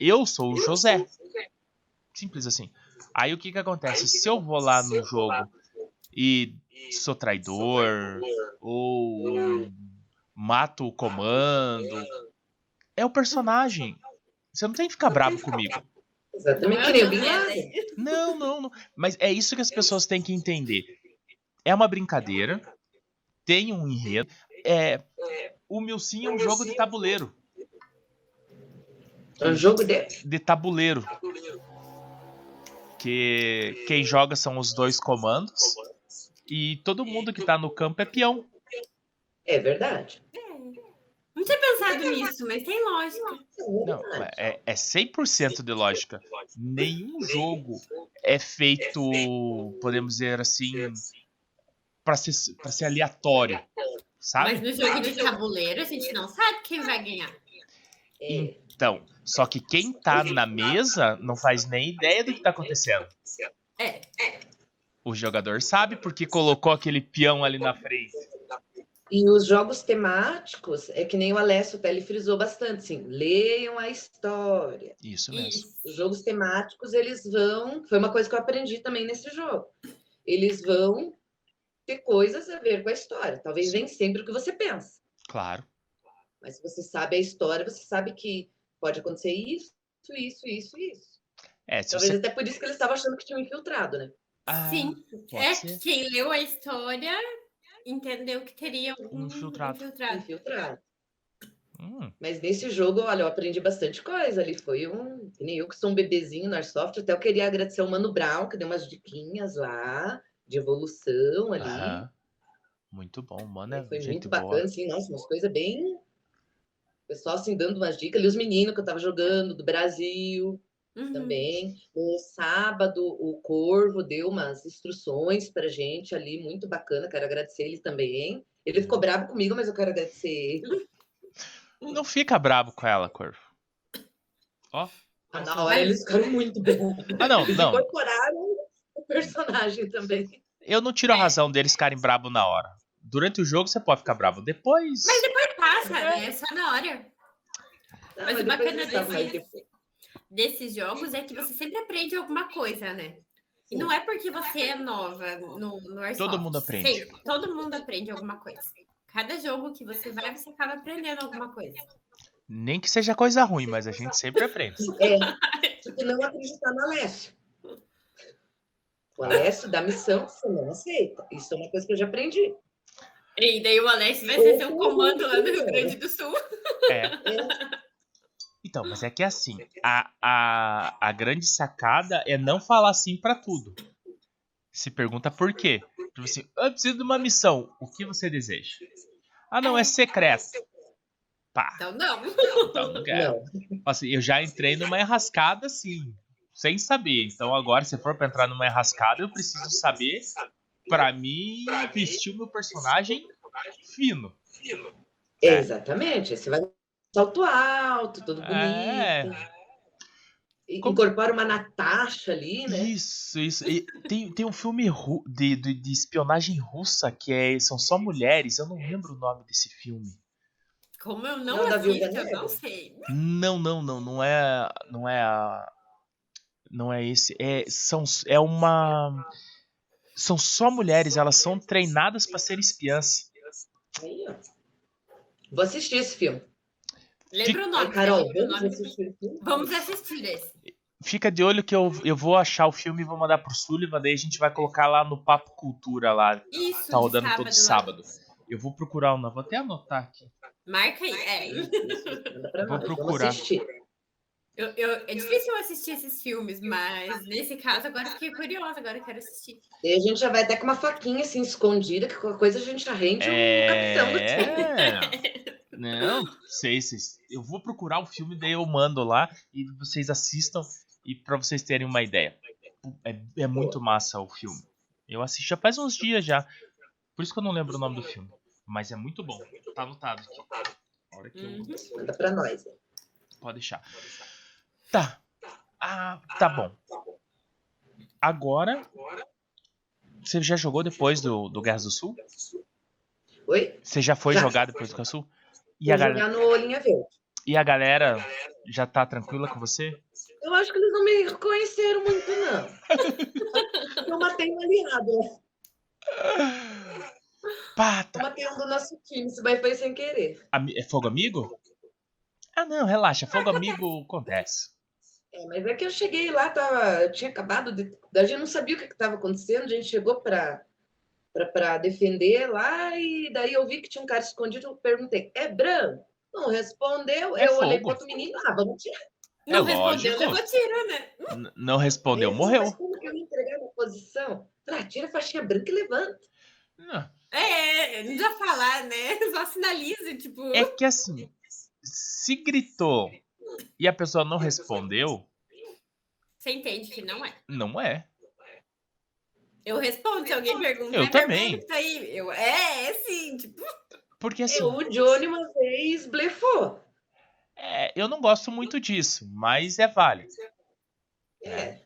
S1: Eu sou o José. Simples assim. Aí o que que acontece? Se eu vou lá no jogo e sou traidor, ou mato o comando, é o personagem. Você não tem que ficar bravo comigo.
S2: Exatamente,
S4: Não
S2: que
S4: é
S2: nem o
S4: o
S2: Bin
S4: José,
S2: Laden.
S4: né?
S1: Não, não, não. Mas é isso que as pessoas têm que entender. É uma brincadeira, tem um enredo. É, o Milsim é um jogo de tabuleiro.
S2: É um jogo de.
S1: De tabuleiro. Que quem joga são os dois comandos. E todo mundo que tá no campo é peão.
S2: É verdade.
S4: Não tinha pensado nisso, mas tem lógica.
S2: É
S1: Não,
S2: verdade.
S1: é, é 100% de lógica. Nenhum jogo é feito, podemos dizer assim, pra ser, pra ser aleatório,
S4: Mas
S1: sabe?
S4: no jogo de tabuleiro a gente não sabe quem vai ganhar.
S2: É.
S1: Então, só que quem tá na mesa não faz nem ideia do que tá acontecendo.
S4: É.
S1: O jogador sabe porque colocou aquele peão ali na frente.
S2: E os jogos temáticos, é que nem o Alessio até ele frisou bastante, assim, leiam a história.
S1: Isso mesmo.
S4: Isso.
S2: Os jogos temáticos, eles vão. Foi uma coisa que eu aprendi também nesse jogo. Eles vão ter coisas a ver com a história. Talvez nem sempre o que você pensa.
S1: Claro.
S2: Mas se você sabe a história, você sabe que pode acontecer isso, isso, isso, isso.
S1: É, se
S2: Talvez
S1: você.
S2: até por isso que eles estavam achando que tinham infiltrado, né?
S1: Ah,
S4: Sim.
S1: pode
S4: é
S1: ser.
S4: quem leu a história entendeu que teria um,
S1: infiltrado.
S4: infiltrado.
S2: Infiltrado.
S1: Hum,
S2: Mas nesse jogo, olha, eu aprendi bastante coisa ali. Foi um. Que nem eu que sou um bebezinho no Airsoft. Até eu queria agradecer ao Mano Brown, que deu umas diquinhas lá de evolução ali.
S1: aham. Muito bom, mano.
S2: Né? Foi
S1: É gente
S2: muito
S1: boa.
S2: bacana, assim, nossa, umas coisas bem. O pessoal assim dando umas dicas ali, os meninos que eu tava jogando, do Brasil
S4: Uhum.
S2: também. No sábado, o Corvo deu umas instruções pra gente ali, muito bacana, quero agradecer ele também. Ele ficou bravo comigo, mas eu quero agradecer ele.
S1: Não fica bravo com ela, Corvo.
S2: Na hora eles ficaram muito bravos.
S1: Ah, não,
S2: Eles
S1: não.
S2: incorporaram o personagem também.
S1: Eu não tiro a razão deles ficarem bravo na hora. Durante o jogo você pode ficar bravo. Depois.
S4: Mas depois passa, né? É só na hora.
S2: Não,
S4: Mas o
S2: depois
S4: bacana
S2: eles estavam aí
S4: desse-
S2: depois.
S4: desses jogos é que você sempre aprende alguma coisa, né? E não é porque você é nova no, no Airsoft.
S1: Todo mundo aprende.
S4: Sempre. Todo mundo aprende alguma coisa. Cada jogo que você vai, você acaba aprendendo alguma coisa.
S1: Nem que seja coisa ruim, mas a gente sempre aprende.
S2: É, tipo, não acreditar no Alessio. O Alessio dá missão, você não aceita. Isso é uma coisa que eu já aprendi.
S4: E daí o Alex vai ser seu comando lá no Rio Grande do Sul.
S1: É.
S2: É,
S1: Então, mas é que é assim. A, a, a grande sacada é não falar sim pra tudo. Se pergunta por quê. Tipo assim, eu preciso de uma missão. O que você deseja? Ah, não, é secreto. Pá.
S4: Então, não.
S1: Então, não quero.
S2: Não.
S1: Assim, eu já entrei numa enrascada assim, sem saber. Então agora, se for pra entrar numa enrascada, eu preciso saber pra mim vestir o meu personagem fino. É.
S2: Exatamente. Aí Você vai um salto alto, tudo bonito.
S1: É.
S2: E-
S1: Como-
S2: Incorpora uma Natasha ali, né?
S1: Isso, isso. E tem, tem um filme ru- de, de, de espionagem russa que é, são só mulheres. Eu não lembro o nome desse filme.
S4: Como eu não,
S2: Não, da Viúva
S4: assisto, eu
S2: Negra.
S4: não sei.
S1: Não, não, não, não é, não é a, não é esse, é são é uma são só mulheres, elas são treinadas pra ser espiãs.
S2: Aí, ó. Vou assistir esse filme.
S4: Lembra o
S2: Ai,
S4: nome?
S2: Carol,
S4: lembra
S1: é
S4: o
S2: vamos
S4: nome.
S2: assistir esse filme?
S4: Vamos assistir esse.
S1: Fica de olho que eu, eu vou achar o filme e vou mandar pro Sullivan, daí a gente vai colocar lá no Papo Cultura lá.
S4: Isso,
S1: Tá
S4: de
S1: rodando todo
S4: né?
S1: sábado. Eu vou procurar o nome, vou até anotar aqui.
S4: Marca aí. É.
S2: Manda pra
S1: Vou
S2: nós, vamos
S1: procurar.
S2: assistir.
S4: Eu, eu- é difícil eu assistir esses filmes, mas nesse caso agora eu fiquei curiosa, agora eu quero assistir.
S2: E a gente já vai até com uma faquinha assim escondida, que qualquer coisa a gente já rende um capitão do time.
S1: É. Não, sei, vocês. Eu vou procurar o filme, daí eu mando lá e vocês assistam e pra vocês terem uma ideia. É, é muito massa o filme. Eu assisti já faz uns dias já. Por isso que eu não lembro o nome do filme. Mas é muito bom. Tá anotado aqui. A hora que eu-
S4: Uhum.
S2: Manda pra nós.
S1: Pode deixar. Tá. Ah, tá bom. Agora. Você já jogou depois do, do Guerras do Sul?
S2: Oi?
S1: Você já foi
S2: Já.
S1: jogar depois do Guerras do Sul? E a
S2: Vou
S1: galera.
S2: jogar no Linha Verde.
S1: E a galera já tá tranquila com você?
S2: Eu acho que eles não me reconheceram muito, não. Eu matei um aliado, eu
S1: Pata!
S2: matei um do nosso time, isso vai foi sem querer.
S1: tá. É fogo amigo? Ah não, relaxa, fogo amigo acontece.
S2: É, mas é que eu cheguei lá, tava, eu tinha acabado de. A gente não sabia o que estava acontecendo, a gente chegou pra pra- pra defender lá, e daí eu vi que tinha um cara escondido, eu perguntei, é branco? Não respondeu,
S1: É
S2: eu olhei
S1: fogo.
S2: para outro menino, ah, vamos tirar.
S1: É
S4: Não respondeu,
S1: lógico.
S4: levou tiro, né?
S1: N- não respondeu,
S2: Mas
S1: morreu.
S2: como que eu ia entregar minha posição? Ah, tira a faixinha branca e levanta.
S1: Não,
S4: É, não precisa falar, né? Só sinaliza, tipo.
S1: É que assim, se gritou e a pessoa não respondeu,
S4: Você entende que não é.
S1: não é.
S4: Eu respondo, se alguém pergunta.
S1: Eu
S4: "Ah,
S1: também."
S4: pergunta Aí, eu, é, é sim, tipo.
S1: Porque assim,
S2: Eu, o Johnny uma vez blefou.
S1: é, eu não gosto muito disso, mas é válido.
S2: É.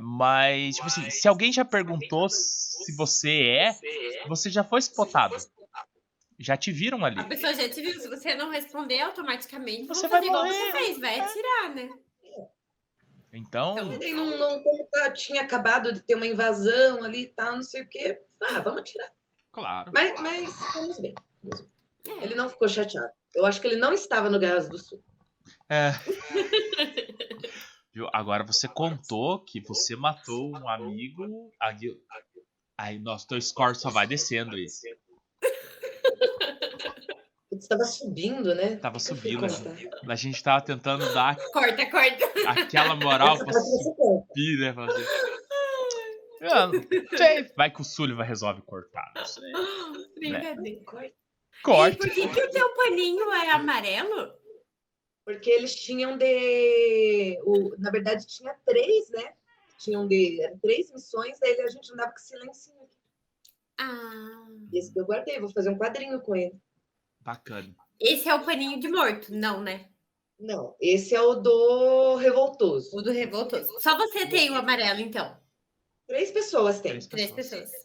S1: Mas, tipo assim, se alguém já perguntou se você é, você já foi spotado. Já te viram ali.
S4: A pessoa já te viu, se você não responder automaticamente,
S1: Você
S4: vão
S1: vai
S4: fazer igual
S1: morrer.
S4: você fez, vai atirar, né?
S1: Então,
S2: Ele não, não como tá- tinha acabado de ter uma invasão ali e tal, não sei o quê. Ah, vamos tirar.
S1: claro.
S2: Mas, mas vamos ver.
S4: É.
S2: Ele não ficou chateado. Eu acho que ele não estava no Guerras do Sul.
S1: É. Viu? Agora você contou que você matou um amigo. Aí, aí nosso teu score só vai descendo aí.
S2: Ele estava subindo, né?
S1: Tava
S2: Eu fui
S1: subindo. assim.
S2: contar.
S1: A gente tava tentando dar
S4: Corta, corta.
S1: aquela moral
S2: Essa
S1: pra
S2: parte você conta.
S1: subir, né? Pra fazer. Ah, não sei. Vai que o Sully vai resolve cortar. não sei.
S4: Brincadeira. E
S1: Né? Corta.
S4: por que, que o teu paninho é amarelo?
S2: Porque eles tinham de. o- na verdade, tinha três, né? Tinham de. Eram três missões, daí a gente andava com silencinho.
S4: Ah.
S2: Esse que eu guardei, vou fazer um quadrinho com ele.
S1: Bacana.
S4: Esse é o paninho de morto, não, né?
S2: Não, esse é o do Revoltoso.
S4: O do revoltoso. Só você tem o amarelo, então.
S2: Três pessoas tem.
S1: Três
S4: Três
S1: pessoas.
S4: pessoas.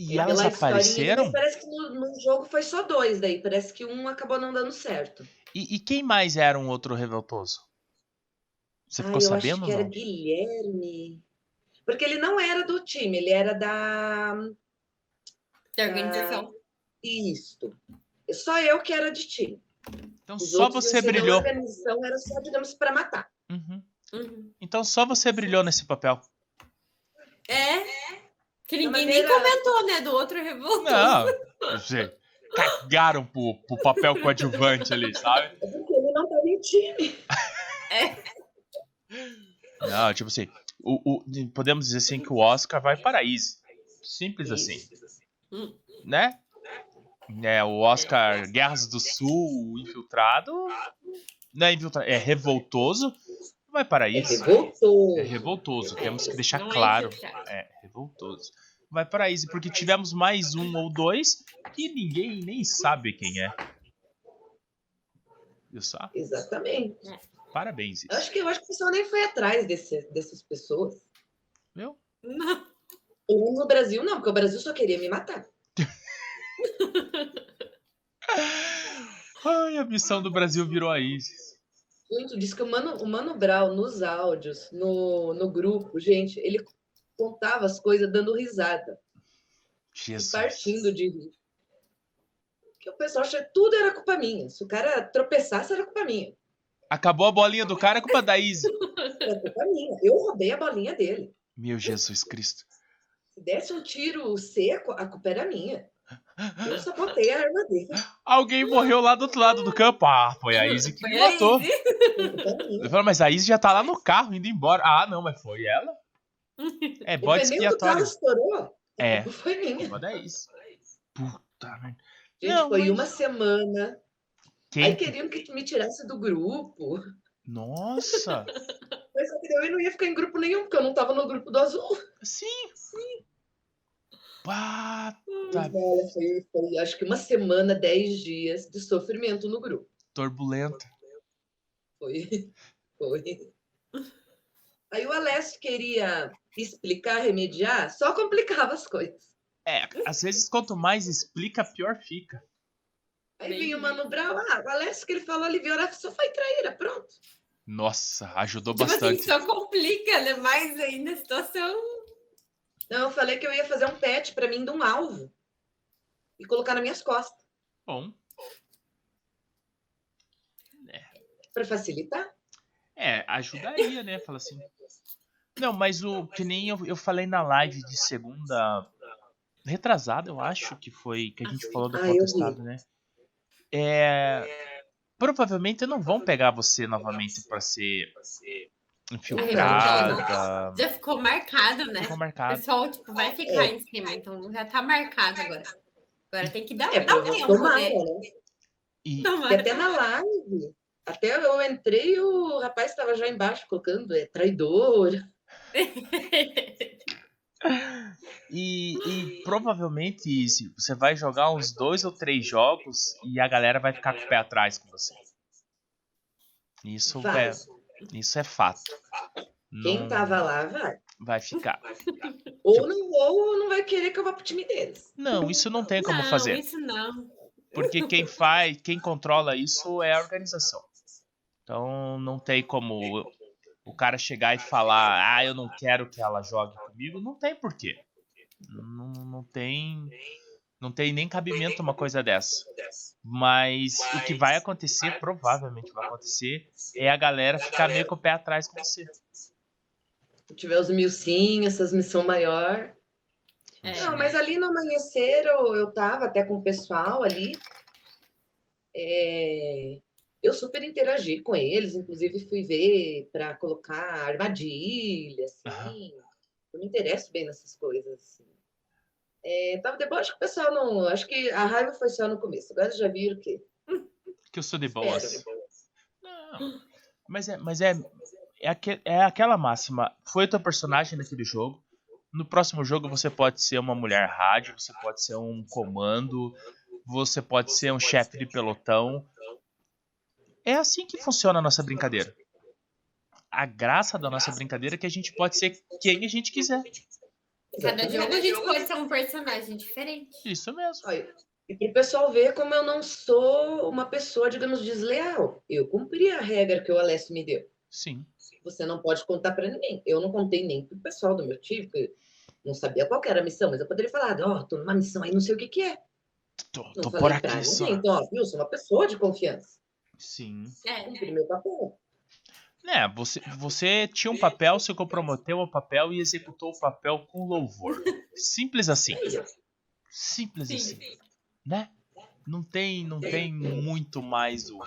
S1: E elas
S2: Pela historinha,
S1: apareceram?
S2: mas Parece que no, no jogo foi só dois daí. Parece que um acabou não dando certo.
S1: E, e quem mais era um outro revoltoso? Você
S2: Ah,
S1: ficou
S2: eu
S1: sabendo?
S2: acho que era
S1: não?
S2: Guilherme. Porque ele não era do time, ele era da.
S4: Da organização.
S2: Isto. Só eu que era de time.
S1: Então
S2: Os
S1: só
S2: outros,
S1: você
S2: assim, da
S1: brilhou.
S2: organização era só, digamos, para matar.
S1: Uhum.
S4: Uhum.
S1: Então só você brilhou nesse papel.
S4: É. Que ninguém nem
S2: maneira-
S4: comentou, né? Do outro revoltoso.
S1: Não, você Tipo assim, cagaram pro, pro papel coadjuvante ali, sabe?
S2: É Porque ele não estava em time.
S1: Não, tipo assim, o, o- podemos dizer assim que o Oscar vai para a Izzy. Simples assim,
S2: Isso.
S1: né? É, o Oscar Guerras do Sul, o infiltrado. Não é infiltrado, é revoltoso. Vai para
S2: É
S1: isso.
S2: revoltou.
S1: É revoltoso, temos que deixar
S4: Não é
S1: claro.
S4: infiltrado.
S1: É revoltoso. Vai para isso, porque tivemos mais um ou dois que ninguém nem sabe quem é. Viu só?
S2: Exatamente.
S1: Parabéns,
S2: Eu
S1: Isis.
S2: acho que, eu acho que o pessoal nem foi atrás desse, dessas pessoas.
S1: Viu?
S4: Não.
S2: Ou no Brasil, não, porque o Brasil só queria me matar.
S1: Ai, a missão do Brasil virou a Isis.
S2: Muito, diz que o Mano, o Mano Brown, nos áudios, no, no grupo, gente, ele contava as coisas dando risada,
S1: Jesus.
S2: partindo de rir. Que o pessoal achava que tudo era culpa minha. Se o cara tropeçasse, era culpa minha.
S1: Acabou a bolinha do cara, é culpa da Isis.
S2: Era culpa minha. Eu roubei a bolinha dele.
S1: Meu Jesus Cristo.
S2: Se desse um tiro seco, a culpa era minha. Eu só botei a arma dele.
S1: Alguém morreu lá do outro lado do campo. Ah, foi a Izzy que
S4: Foi
S1: me
S4: a
S1: matou.
S4: Izzy.
S2: Foi culpa minha.
S1: Eu falo, mas a Izzy já tá lá no carro, indo embora. Ah, não, mas foi ela? É
S2: O
S1: bode
S2: pneu do
S1: expiatório.
S2: carro estourou.
S1: É,
S2: Não foi minha.
S1: culpa da Izzy. Puta merda.
S2: Gente,
S1: Não,
S2: foi
S1: mas-
S2: uma semana. Aí
S1: Quem?
S2: queriam que me tirasse do grupo.
S1: Nossa.
S2: Mas só que daí eu não ia ficar em grupo nenhum, porque eu não tava no grupo do azul.
S1: Sim. Pá,
S2: Mas, olha, Então, foi, foi, acho que uma semana, dez dias de sofrimento no grupo.
S1: turbulenta.
S2: Foi. Foi. Aí o Alessio queria explicar, remediar, só complicava as coisas.
S1: É, às vezes quanto mais explica, pior fica.
S2: Aí
S4: Bem
S2: vinha o
S4: isso.
S2: Mano Brown, ah, o Alessio que ele falou ali, viu, Alessio só foi traíra, pronto.
S1: Nossa, ajudou
S4: Tipo assim,
S1: bastante.
S2: então
S4: só complica, né? Mais ainda a situação.
S2: Não, eu falei que eu ia fazer um pet pra mim de um alvo e colocar nas minhas costas,
S1: Bom.
S2: pra facilitar.
S1: É, ajudaria, né? Fala assim. Não, mas o que nem eu, eu falei na live de segunda retrasada, eu acho que foi que a gente falou do
S2: Ah, eu vi.
S1: contestado, né? É, provavelmente não vão pegar você novamente pra
S2: É,
S1: ser
S2: né?
S1: infiltrada.
S4: Já ficou marcado, né?
S1: Ficou
S4: O
S1: marcado.
S4: pessoal, tipo,
S2: É.
S4: vai ficar em cima. Então já tá marcado agora. Agora tem que dar,
S2: É,
S4: dar um
S2: pra eu
S4: tempo,
S2: tomar,
S4: né?
S2: né?
S1: E
S2: E
S4: Tomara.
S2: até na live. Até eu entrei e o rapaz estava já embaixo colocando, é traidor.
S1: E, e provavelmente Izzy, você vai jogar uns dois ou três jogos e a galera vai ficar com o pé atrás com você. Isso
S2: Vai.
S1: é, isso é fato.
S2: Quem
S1: Não
S2: tava lá vai.
S1: vai ficar.
S2: Ou não, ou não vai querer que eu vá pro time deles.
S1: Não, isso não tem como
S4: não,
S1: fazer,
S4: isso não.
S1: porque quem faz, quem controla isso é a organização. Então não tem como o cara chegar e falar, ah, eu não quero que ela jogue comigo, não tem porquê. Não, não tem, não tem nem cabimento uma coisa dessa. Mas o que vai acontecer, provavelmente vai acontecer, é a galera ficar meio com o pé atrás com você.
S2: Se tiver os milcinhos, essas missão maior.
S4: É.
S2: Não, mas ali no amanhecer eu, eu tava até com o pessoal ali. É, Eu super interagi com eles, inclusive fui ver para colocar armadilha, assim. Eu me interesso bem nessas coisas, assim. É, tava depois, acho que o pessoal não. Acho que a raiva foi só no começo. Agora já viram que. é,
S1: Que eu sou de boas.
S2: Espero.
S1: Não. Mas é, mas é, é, aque- é aquela máxima. Foi o teu personagem naquele jogo. No próximo jogo você pode ser uma mulher rádio, você pode ser um comando, você pode ser um chefe de pelotão. É assim que funciona a nossa brincadeira. A graça da nossa brincadeira é que a gente pode ser quem a gente quiser.
S4: Cada
S2: Exatamente.
S4: jogo a gente pode ser um personagem diferente.
S1: Isso mesmo.
S2: Olha, e para o pessoal ver como eu não sou uma pessoa, digamos, desleal. Eu cumpri a regra que o Alessio me deu.
S1: Sim.
S2: Você não pode contar para ninguém. Eu não contei nem para o pessoal do meu time, porque não sabia qual que era a missão, mas eu poderia falar, ó, tô numa missão aí, não sei o que que é.
S1: Tô,
S2: Não
S1: tô
S2: falei
S1: por
S2: pra
S1: aqui só.
S2: ninguém, então, ó, viu, sou uma pessoa de confiança.
S1: Sim.
S4: É.
S2: Cumpri meu papel.
S1: É, você, você tinha um papel, se comprometeu ao papel e executou o papel com louvor. Simples assim.
S2: É isso.
S1: Simples
S4: Sim.
S1: assim, né? Não tem, não tem muito mais o,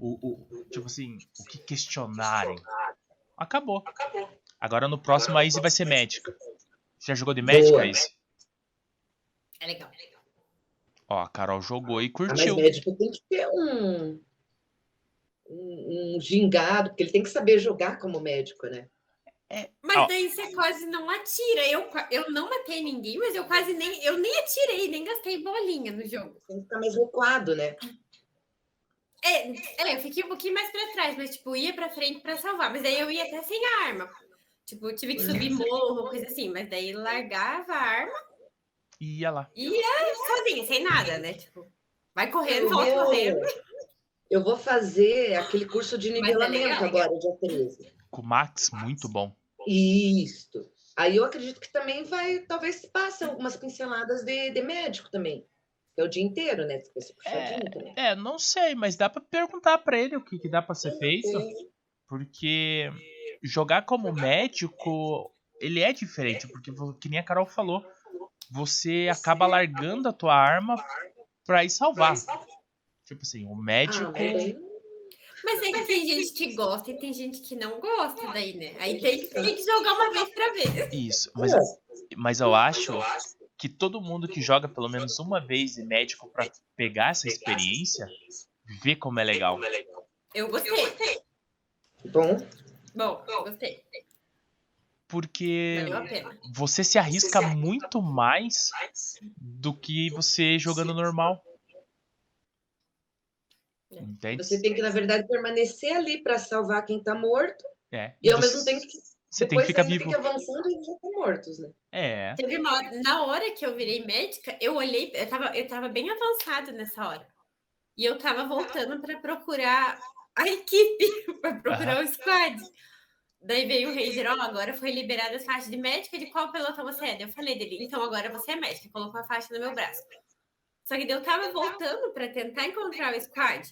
S1: o, o- tipo assim, o que questionarem. Acabou. Agora no próximo a Izzy vai ser médica. Já jogou de médica,
S2: Boa.
S1: Izzy?
S4: É legal.
S1: Ó, a Carol jogou e
S2: Ah, mas
S1: curtiu.
S2: médico tem que ter um, um, um gingado, porque ele tem que saber jogar como médico, né?
S4: Mas
S1: Ó.
S4: daí você quase não atira. Eu, qua- eu não matei ninguém, mas eu quase nem. Eu nem atirei, nem gastei bolinha no jogo.
S2: Tem que ficar mais recuado, né?
S4: Tá É, é, eu fiquei um pouquinho mais pra trás, mas tipo, ia pra frente pra salvar. Mas daí eu ia até sem a arma. Tipo, eu tive que subir morro, coisa assim. Mas daí largava a arma
S1: E ia lá.
S4: e ia sozinha, sem nada, né? Tipo, vai correndo,
S2: Eu
S4: volta
S2: vou-
S4: correndo.
S2: Eu vou fazer aquele curso de
S4: Mas é
S2: nivelamento
S4: legal.
S2: agora, dia 13.
S1: Com o Max, muito bom.
S2: Isso. Aí eu acredito que também vai, talvez se passe algumas pinceladas de, de médico também. É o dia inteiro, né? Se você puxar o dia inteiro.
S1: É, não sei, mas dá pra perguntar pra ele o que, que dá pra ser feito. Porque jogar como médico, ele é diferente, porque vo- que nem a Carol falou, você acaba largando a tua arma pra ir salvar. Tipo assim, o médico.
S2: Ah, mas daí-
S4: Mas é que tem gente que gosta e tem gente que não gosta daí, né? Aí tem, tem que jogar uma vez pra
S1: Ah,
S4: ver.
S1: Isso, mas, mas eu acho que todo mundo que joga pelo menos uma vez de médico pra pegar essa experiência, vê como é legal.
S4: Eu gostei.
S2: Bom,
S4: Bom, É. eu gostei.
S1: Porque
S4: Valeu a pena.
S1: você se arrisca muito mais do que você jogando normal.
S4: É.
S1: Entende?
S2: você tem que, na verdade, permanecer ali para salvar quem tá morto
S1: É.
S2: e ao mesmo tempo que
S1: você tem que
S2: depois
S1: ficar
S2: ainda
S1: vivo.
S2: Tem que avançando e eles já estão mortos, né?
S1: É.
S4: Teve uma hora, na hora que eu virei médica, eu olhei, eu tava, eu tava bem avançada nessa hora. E eu tava voltando pra procurar a equipe, pra procurar o squad. Daí veio o Ranger, ó, agora foi liberada a faixa de médica, de qual pelotão você é? Daí Eu falei dele, então agora você é médica, colocou a faixa no meu braço. Só que daí eu tava voltando pra tentar encontrar o squad.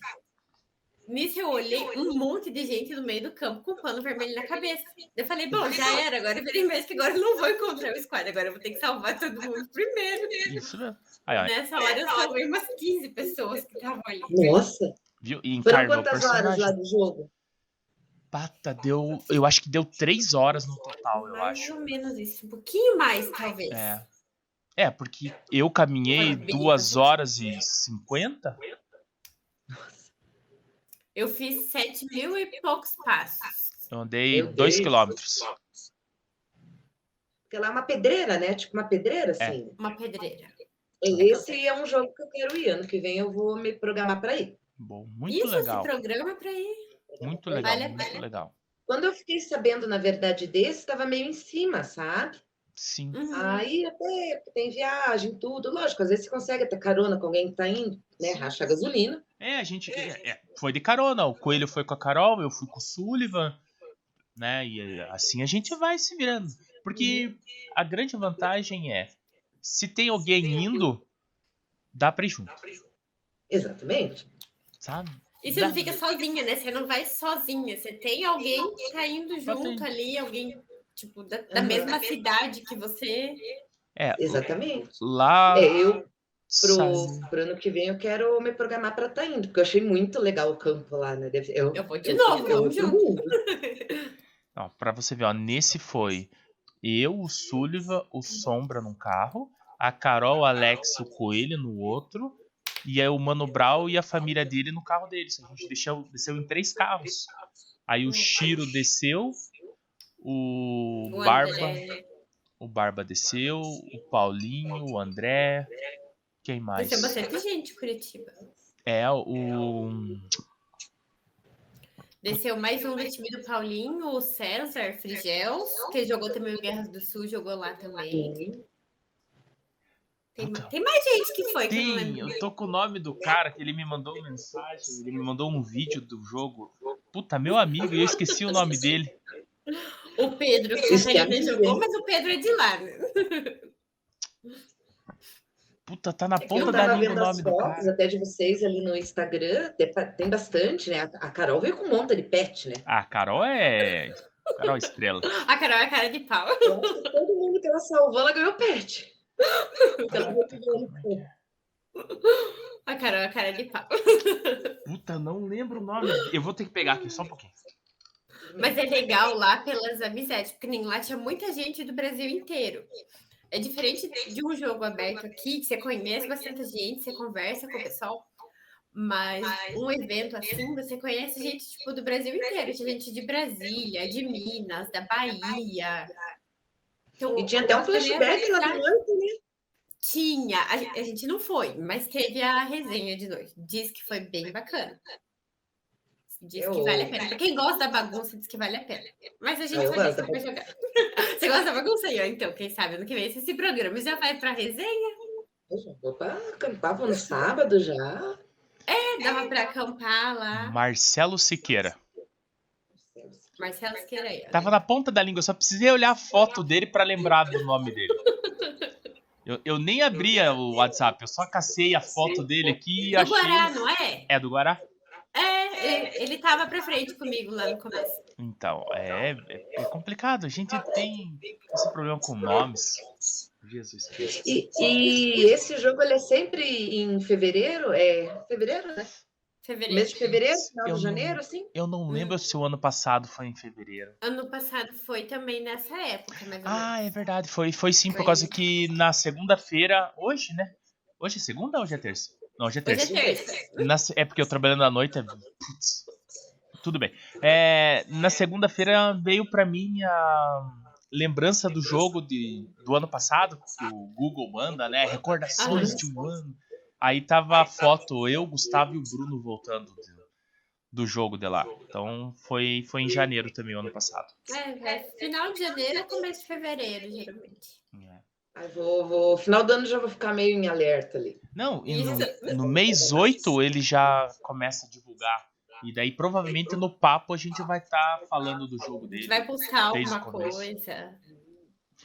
S4: Nisso eu olhei um monte de gente no meio do campo com pano vermelho na cabeça. Eu falei, bom, já era, agora eu virei médica, agora eu não vou encontrar o squad, agora eu vou ter que salvar todo mundo primeiro.
S1: Isso mesmo. Aí, ó,
S4: Nessa hora eu salvei umas 15 pessoas que estavam ali.
S2: Nossa,
S1: viu? E
S2: foram
S1: encarnou o
S2: quantas horas lá
S1: Tá, personagem.
S2: do jogo?
S1: Pata, deu. Eu acho que deu três horas no total, eu
S4: Mais
S1: acho.
S4: ou menos isso, um pouquinho mais, talvez.
S1: É. É, porque eu caminhei
S4: Maravilha.
S1: duas horas e cinquenta.
S4: Eu fiz 7 mil e poucos passos.
S1: Eu andei
S2: Meu
S1: dois
S2: Deus.
S1: quilômetros.
S2: Porque lá é uma pedreira, né? Tipo uma
S1: É.
S2: pedreira, assim.
S4: Uma pedreira.
S2: Esse é um jogo que eu quero ir. Ano que vem eu vou me programar para ir.
S1: Bom, muito
S4: isso
S1: legal.
S4: se programa pra ir.
S1: Muito legal,
S4: Vale a
S1: muito legal.
S2: Quando eu fiquei sabendo, na verdade, desse, estava meio em cima, sabe?
S1: Sim.
S4: Uhum.
S2: Aí até tem viagem, tudo. Lógico, às vezes você consegue até carona com alguém que tá indo, né? Racha a gasolina.
S1: É, a gente é, é, foi de carona. O Coelho foi com a Carol, eu fui com o Sullivan, né? E é, assim a gente vai se virando. Porque a grande vantagem é, se tem alguém indo, dá pra ir junto,
S2: Exatamente.
S1: sabe?
S4: E você não fica sozinha, né? Você não vai sozinha. Você tem alguém que tá indo junto
S1: tem.
S4: ali, alguém, tipo, da, da
S2: Uhum.
S4: mesma cidade que você.
S1: É,
S2: Exatamente.
S1: lá.
S2: É, eu,
S1: sozinho.
S2: pro, pro ano que vem, eu quero me programar para estar tá indo, porque eu achei muito legal o campo lá, né? Deve- eu,
S4: Eu vou de novo,
S2: eu-
S4: vamos
S2: eu-
S4: junto.
S1: Ó, pra você ver, ó, nesse foi eu, o Sullivan, o Sombra num carro, a Carol, o Alex, o Coelho no outro, e aí o Mano Brau e a família dele no carro deles. A gente deixou, desceu em três carros. Aí o Shiro desceu, o
S4: O
S1: Barba,
S4: André.
S1: o Barba desceu, o Paulinho, o André, quem mais?
S4: Desceu bastante gente, Curitiba.
S1: É, o...
S4: Desceu mais um do time do Paulinho, o César Frigels, que jogou também o Guerras do Sul, jogou lá também. Tem, tem mais gente que
S2: é
S4: foi, que eu não
S1: Sim,
S4: lembro.
S1: eu tô com o nome do cara que ele me mandou mensagem, ele me mandou um vídeo do jogo. Puta, meu amigo, eu esqueci o nome dele.
S4: O Pedro, que
S2: Isso que é
S4: também
S2: amigo,
S4: jogou, mas o Pedro é de lá, né?
S1: Puta, tá na
S2: É Eu
S1: ponta da
S2: tava
S1: língua o
S2: vendo as
S1: nome do
S2: fotos
S1: cara.
S2: até de vocês ali no Instagram, tem pa- tem bastante, né? A a Carol veio com um monte de pet, né?
S1: Ah, Carol é. Carol Estrela.
S4: A Carol é a cara de pau.
S2: Eu acho que Então, Todo mundo que ela salvou, ela ganhou pet. Então,
S1: Puta, como é que é?
S4: A Carol é a cara de pau.
S1: Puta, não lembro o nome. Eu vou ter que pegar aqui só um pouquinho.
S4: Mas é legal lá pelas amizades, porque nem lá tinha muita gente do Brasil inteiro. É diferente de um jogo aberto aqui, que você conhece bastante gente, você conversa com o pessoal. Mas um evento assim, você conhece gente tipo, do Brasil inteiro, gente de Brasília, de Minas, da Bahia. Então, tá
S2: E tinha até um
S4: eu gostaria
S2: flashback lá
S4: da-
S2: de noite, né?
S4: Tinha, a, a gente não foi, mas teve a resenha de noite. Diz que foi bem bacana. Diz que
S2: Eu-
S4: vale a pena. Pra quem gosta da bagunça, diz que vale a pena. Mas a gente
S2: Eu
S4: vai ver
S2: gosto da
S4: se vai jogar. Você gosta da bagunça aí, ó? Então, quem sabe ano que vem você se programa e já vai pra resenha.
S2: Poxa, Vou pra acampar, vou no sábado já.
S4: Dava pra acampar
S2: Ah.
S1: Hum.
S4: lá.
S1: Marcelo Siqueira.
S4: Marcelo Siqueira aí, ó.
S1: Tava na ponta da língua, eu só precisei olhar a foto dele pra lembrar do nome dele. Eu, eu nem abria o WhatsApp, eu só cacei a foto dele aqui e
S4: Do
S1: achei.
S4: Guará, não é?
S1: É do Guará?
S4: É, ele, ele tava pra frente comigo lá no começo.
S1: Então, é, é- é complicado. A gente tem esse problema com nomes. Jesus Cristo.
S2: E, e esse jogo ele é sempre em fevereiro? É fevereiro, né?
S4: Fevereiro.
S2: Mês de fevereiro, final
S1: Eu
S2: de
S1: não-
S2: janeiro, assim?
S1: Eu não lembro se o ano passado foi em fevereiro.
S4: Ano passado foi também nessa época, mais ou menos.
S1: Ah, é verdade. Foi, foi sim, por
S4: Foi.
S1: causa que na segunda-feira. Hoje, né? Hoje é segunda ou hoje é terça? Não, hoje é terça.
S4: Hoje é terça.
S1: Na se- é porque eu trabalhando à noite. É... putz. Tudo bem. É, na segunda-feira veio pra mim a lembrança do jogo de, do ano passado, que o Google manda, né? Recordações
S4: Aham.
S1: de um ano. Aí tava a foto, eu, Gustavo e o Bruno voltando do, do jogo de lá. Então foi, foi em janeiro também, o ano passado.
S4: É, é final de janeiro ou começo de fevereiro, geralmente.
S1: É.
S2: Ai, vou, vou- Final do ano já vou ficar meio em alerta ali.
S1: Não, e
S4: Isso. é
S1: no, no mês 8 ele já começa a divulgar. E daí provavelmente no papo a gente vai estar falando do jogo
S4: A gente
S1: dele.
S4: vai postar
S1: Desde o
S4: alguma
S1: começo.
S4: coisa.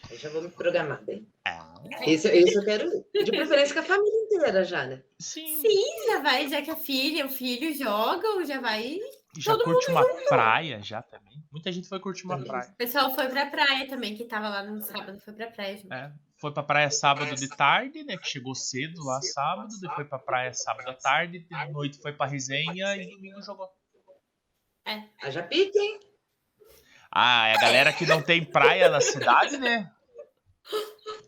S2: Eu já vou me programar bem.
S1: Ah,
S2: Esse, esse eu quero ir. De preferência com a família inteira já, né?
S1: sim,
S4: Sim, já vai, já que a filha, o filho jogam, já vai.
S1: já
S4: todo
S1: curte uma praia já também. Muita gente foi curtir uma
S2: Também.
S1: praia.
S4: O pessoal foi pra praia também, que tava lá no sábado, foi pra praia. junto.
S1: É, foi pra praia sábado de tarde, né? Que chegou cedo lá sábado, depois foi pra praia sábado à tarde, de noite foi pra resenha e domingo jogou.
S2: Ah, já pique, hein?
S1: Ah, é a galera que não tem praia na cidade, né?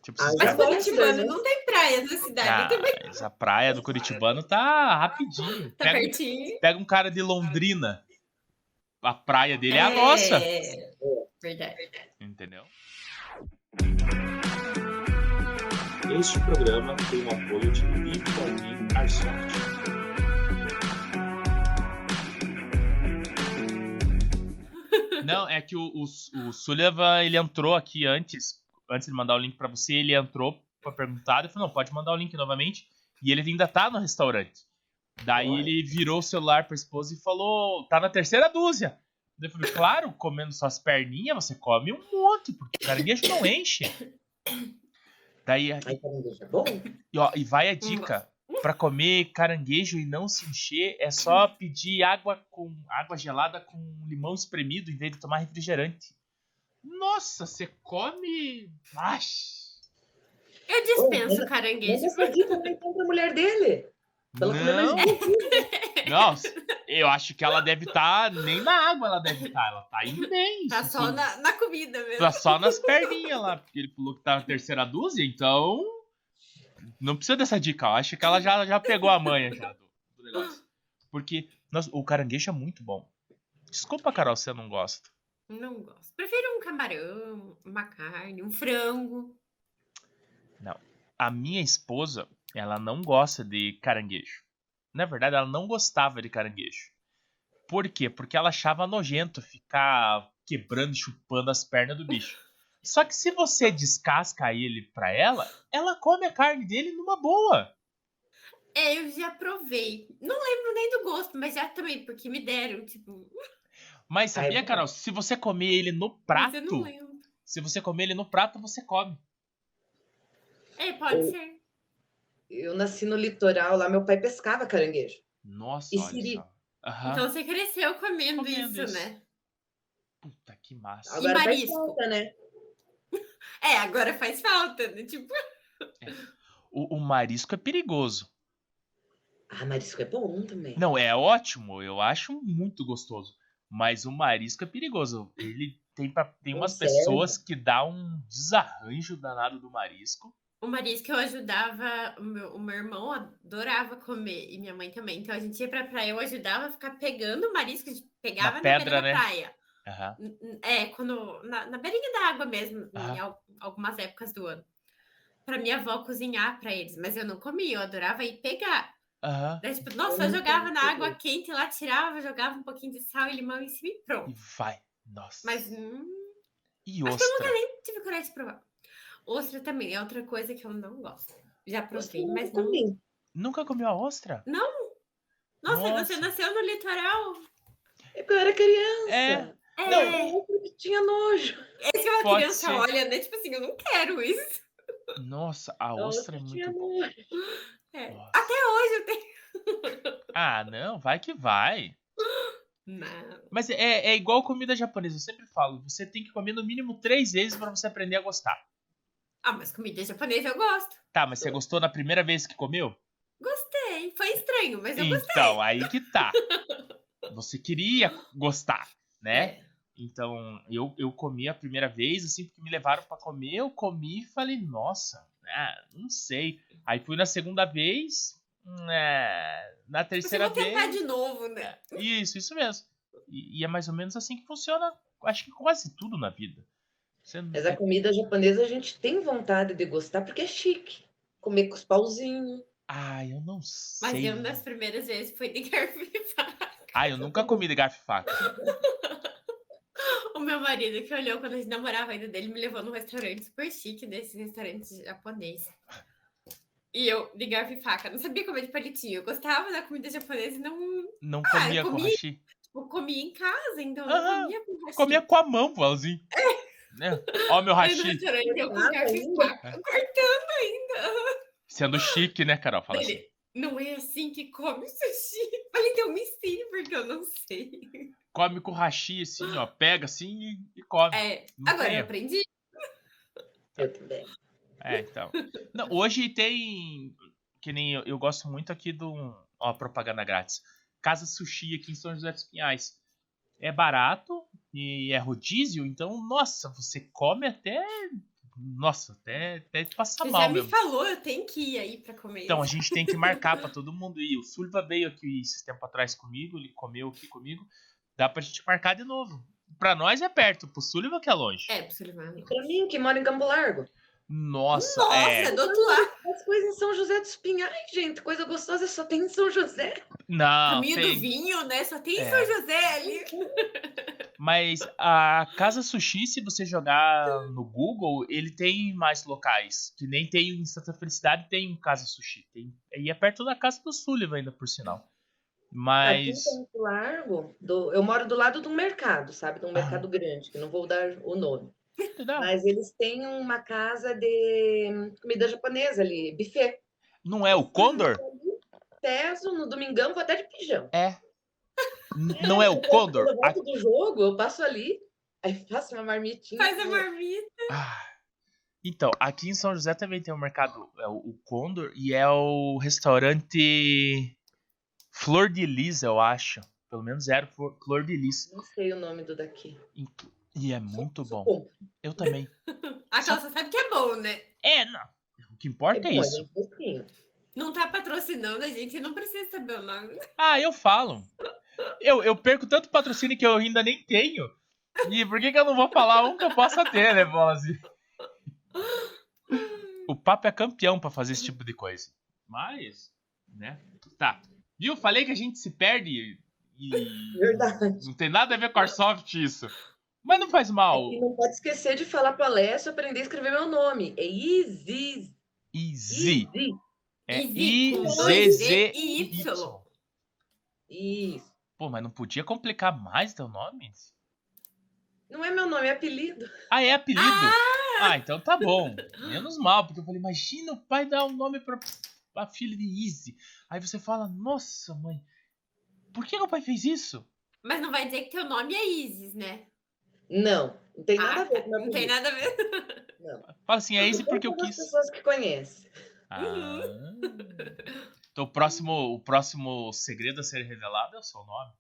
S1: Tipo,
S2: Ah,
S1: esses
S4: Mas
S1: caras-
S2: já-
S4: Curitibano não tem praia na cidade, também
S1: Ah, mas a praia do Curitibano tá rapidinho.
S4: tá
S1: Pega,
S4: pertinho.
S1: pega um cara de Londrina. A praia dele é, a nossa.
S4: É, Verdade.
S1: Entendeu?
S3: Este programa tem o apoio de Be For Me Arsoft.
S1: Não, é que o, o, o Sullivan, ele entrou aqui antes. Antes de mandar o link pra você, ele entrou pra perguntar. Eu falei, não, pode mandar o link novamente. E ele ainda tá no restaurante. Daí
S2: Olha.
S1: ele virou o celular pra esposa e falou, tá na terceira dúzia. Daí Eu falei, claro, comendo suas perninhas, você come um monte, porque caranguejo não enche. Daí
S2: Ai, caranguejo é bom.
S1: E, ó, e vai a dica. Pra comer caranguejo e não se encher, é só pedir água com água gelada com limão espremido em vez de tomar refrigerante. Nossa, você come. Ai,
S4: Eu dispenso caranguejo.
S2: Mas essa dica vai então pra mulher dele. Pelo
S1: não.
S2: menos
S1: Nossa, eu acho que ela deve estar nem na água, ela deve estar. Ela tá imensa.
S4: Tá só na, na comida mesmo.
S1: tá só nas perninhas lá, porque ele falou que tá na terceira dúzia, então não precisa dessa dica. Eu acho que ela já, já pegou a manha já do, do negócio. Porque nossa, o caranguejo é muito bom. Desculpa, Carol, se você não gosta.
S4: Não gosto. Prefiro um camarão, uma carne, um frango.
S1: A minha esposa, ela não gosta de caranguejo. Na verdade, ela não gostava de caranguejo. Por quê? Porque ela achava nojento ficar quebrando e chupando as pernas do bicho. Só que se você descasca ele pra ela, ela come a carne dele numa boa.
S4: É, eu já provei. Não lembro nem do gosto, mas já também, porque me deram, tipo.
S1: Mas
S2: Ah, é
S1: sabia,
S2: bom.
S1: Carol, se você comer ele no
S4: mas eu não
S1: prato,
S4: lembro.
S1: se você comer ele no prato, você come.
S4: É, pode
S2: Ou-
S4: ser.
S2: eu nasci no litoral lá, meu pai pescava caranguejo.
S1: Nossa,
S2: E
S1: olha
S2: siri?
S1: só. Aham.
S4: Então você cresceu comendo,
S1: Ah. Comendo
S4: isso,
S1: isso.
S4: né?
S1: Puta que massa.
S2: Agora faz
S4: marisco?
S2: falta, né?
S4: É, agora faz falta, né? Tipo,
S1: O, o marisco é perigoso.
S2: Ah, marisco é bom também.
S1: Não, é ótimo, eu acho muito gostoso. Mas o marisco é perigoso. Ele tem, pra- tem umas
S2: Conserva.
S1: pessoas que dá um desarranjo danado do marisco.
S4: O marisco eu ajudava, o meu, o meu irmão adorava comer e minha mãe também. Então a gente ia pra praia, eu ajudava a ficar pegando o marisco, a gente pegava na,
S1: pedra,
S4: beira
S1: né?
S4: da praia.
S1: Aham.
S4: N- n- É, quando na, na beirinha da água mesmo, em
S1: Aham.
S4: al- algumas épocas do ano. Pra minha avó cozinhar pra eles, mas eu não comia, eu adorava ir pegar.
S1: Aham.
S4: Daí, tipo, nossa, eu
S2: nunca
S4: jogava na
S2: peguei.
S4: água quente lá, tirava, jogava um pouquinho de sal e limão em cima e pronto.
S1: E vai. Nossa.
S4: Mas hum,
S1: e
S4: acho que eu nunca
S1: ostra.
S4: não tive coragem de provar. Ostra também é outra coisa que eu não gosto. Já provei,
S2: Gostei
S4: mas
S2: é muito
S4: não.
S2: também.
S1: Nunca comeu a ostra?
S4: Nossa,
S1: Nossa.
S4: você nasceu no litoral?
S2: É porque eu era criança.
S1: É.
S4: É,
S1: Não.
S4: é
S2: Eu tinha nojo.
S4: isso que uma
S1: Pode
S4: criança
S1: ser.
S4: olha, né? Tipo assim, eu não quero isso.
S1: Nossa, a
S2: Eu
S1: ostra é
S2: tinha
S1: muito boa.
S2: nojo.
S4: É.
S1: Nossa.
S4: Até hoje eu tenho.
S1: Ah, não, vai que vai.
S4: Não.
S1: Mas é, é igual comida japonesa, eu sempre falo, você tem que comer no mínimo três vezes pra você aprender a gostar.
S4: Ah, mas comida japonesa eu gosto.
S1: Tá, mas você gostou na primeira vez que comeu?
S4: Gostei. Foi estranho, mas eu gostei.
S1: Então, aí que tá. Você queria gostar, né?
S4: É.
S1: Então, eu, eu comi a primeira vez, assim, porque me levaram pra comer, eu comi e falei, nossa, ah, não sei. Aí fui na segunda vez, né, na
S4: Você
S1: terceira
S4: vai tentar
S1: vez.
S4: de novo, né?
S1: Isso, isso mesmo. E, e é mais ou menos assim que funciona, acho que quase tudo na vida. Você não-
S2: Mas é a comida japonesa a gente tem vontade de gostar porque é chique. Comer com os pauzinhos.
S1: Ah, eu não sei.
S4: Mas eu, uma das primeiras vezes, foi de garfo e faca.
S1: Ah, eu nunca comi de garfo e faca.
S4: O meu marido que olhou quando a gente namorava ainda dele, me levou num restaurante super chique desse restaurante japonês. E eu, de garfo e faca, não sabia comer de palitinho. Eu gostava da comida japonesa e não
S1: Não
S4: Ah,
S1: comia
S4: eu
S1: com
S4: comi.
S1: hashi.
S4: tipo, comia em casa, então
S1: Aham,
S4: não comia com hashi.
S1: Ah, Comia com a mão, vozinho. Né? Ó, meu
S4: Aí no
S1: hashi.
S4: restaurante, É. eu com
S2: Nada
S4: garfo e
S2: ainda.
S4: faca, cortando ainda.
S1: Sendo chique, né, Carol? Fala assim.
S4: Ele, não é assim que come sushi. Falei, então me ensine, porque eu não sei.
S1: come com hashi, assim, ó. Pega assim e, e come.
S4: É,
S1: Não
S4: agora
S1: tem
S4: eu
S1: erro.
S4: aprendi.
S2: Eu também.
S1: É, então. Não, hoje tem. Que nem eu, eu gosto muito aqui do. Ó, propaganda grátis. Casa Sushi aqui em São José dos Pinhais. É barato e é rodízio, então, nossa, você come até. Nossa, até, até passar
S4: Você já
S1: Tá mal
S4: me
S1: mesmo.
S4: falou, eu tenho que ir aí pra comer.
S1: Então, a
S4: isso.
S1: gente tem que marcar pra todo mundo ir. O Sulva veio aqui esse tempo atrás comigo, ele comeu aqui comigo. Dá pra gente marcar de novo. Pra nós é perto, pro Sullivan que é longe.
S4: É, absolutamente.
S2: Pra mim, que mora em Campo Largo.
S1: Nossa,
S4: Nossa,
S1: é.
S4: do outro lado.
S2: As coisas em São José dos Pinhais, gente. Coisa gostosa só tem em São José.
S1: Não,
S4: Caminho
S1: tem.
S4: do vinho, né? Só tem
S1: É.
S4: São José ali.
S1: Mas a Casa Sushi, se você jogar no Google, ele tem mais locais. Que nem tem em Santa Felicidade, tem um Casa Sushi. Tem, e é perto da casa do Sullivan ainda, por sinal.
S2: Aqui
S1: Mas.
S2: em Campo Largo, do- eu moro do lado de um mercado, sabe?
S1: Ah.
S2: De um mercado grande, que não vou dar o nome.
S1: Não,
S2: Mas eles têm uma casa de comida japonesa ali, buffet.
S1: não é o Condor?
S2: Peso no domingão, vou até de pijama.
S1: N- Não é o Condor?
S2: Eu volto do jogo, eu passo ali, aí faço uma marmitinha.
S4: Faz a
S2: com-
S4: marmita.
S1: Ah. Então, aqui em São José também tem um mercado, é o, o Condor, e é o restaurante Flor de Lis, eu acho. Pelo menos era Flor Flor de Lis.
S2: Não sei o nome do daqui.
S1: E é muito bom.
S2: Sucum.
S1: Eu também.
S4: A calça sabe que é bom, né?
S1: É, não. O que importa é
S2: bom,
S1: isso.
S2: é fresquinho.
S4: Não tá patrocinando a gente, não precisa saber o nome.
S1: Ah, eu falo. Eu, eu perco tanto patrocínio que eu ainda nem tenho. E por que, que eu não vou falar um que eu possa ter, né, Bose? O papo é campeão pra fazer esse tipo de coisa. Mas, né? Tá. Viu? Falei que a gente se perde e.
S2: Verdade.
S1: Não tem nada a ver com Airsoft isso. Mas não faz mal.
S4: É
S2: E não pode esquecer de falar pra Alessio aprender a escrever meu nome. É Easy.
S1: Easy.
S2: Easy.
S1: É
S4: Easy com dois Z e
S1: I-Z-Z-Y.
S4: Y.
S2: Isso.
S1: Pô, mas não podia complicar mais teu nome?
S2: Não é meu nome, é apelido.
S1: Ah, é apelido? Ah, então tá bom. Menos mal, porque eu falei, imagina o pai dar um nome pra, pra filha de Izzy. Aí você fala, nossa, mãe, por que meu pai fez isso?
S4: Mas não vai dizer que teu nome é Isis, né?
S2: Não, não tem nada a
S4: Ah,
S2: ver com meu
S4: não tem
S2: apelido.
S4: nada a ver.
S1: Fala assim, é Izzy porque eu
S2: Todas
S1: quis.
S2: as pessoas que conhecem.
S1: Ah. Então o próximo, o próximo segredo a ser revelado é o seu nome.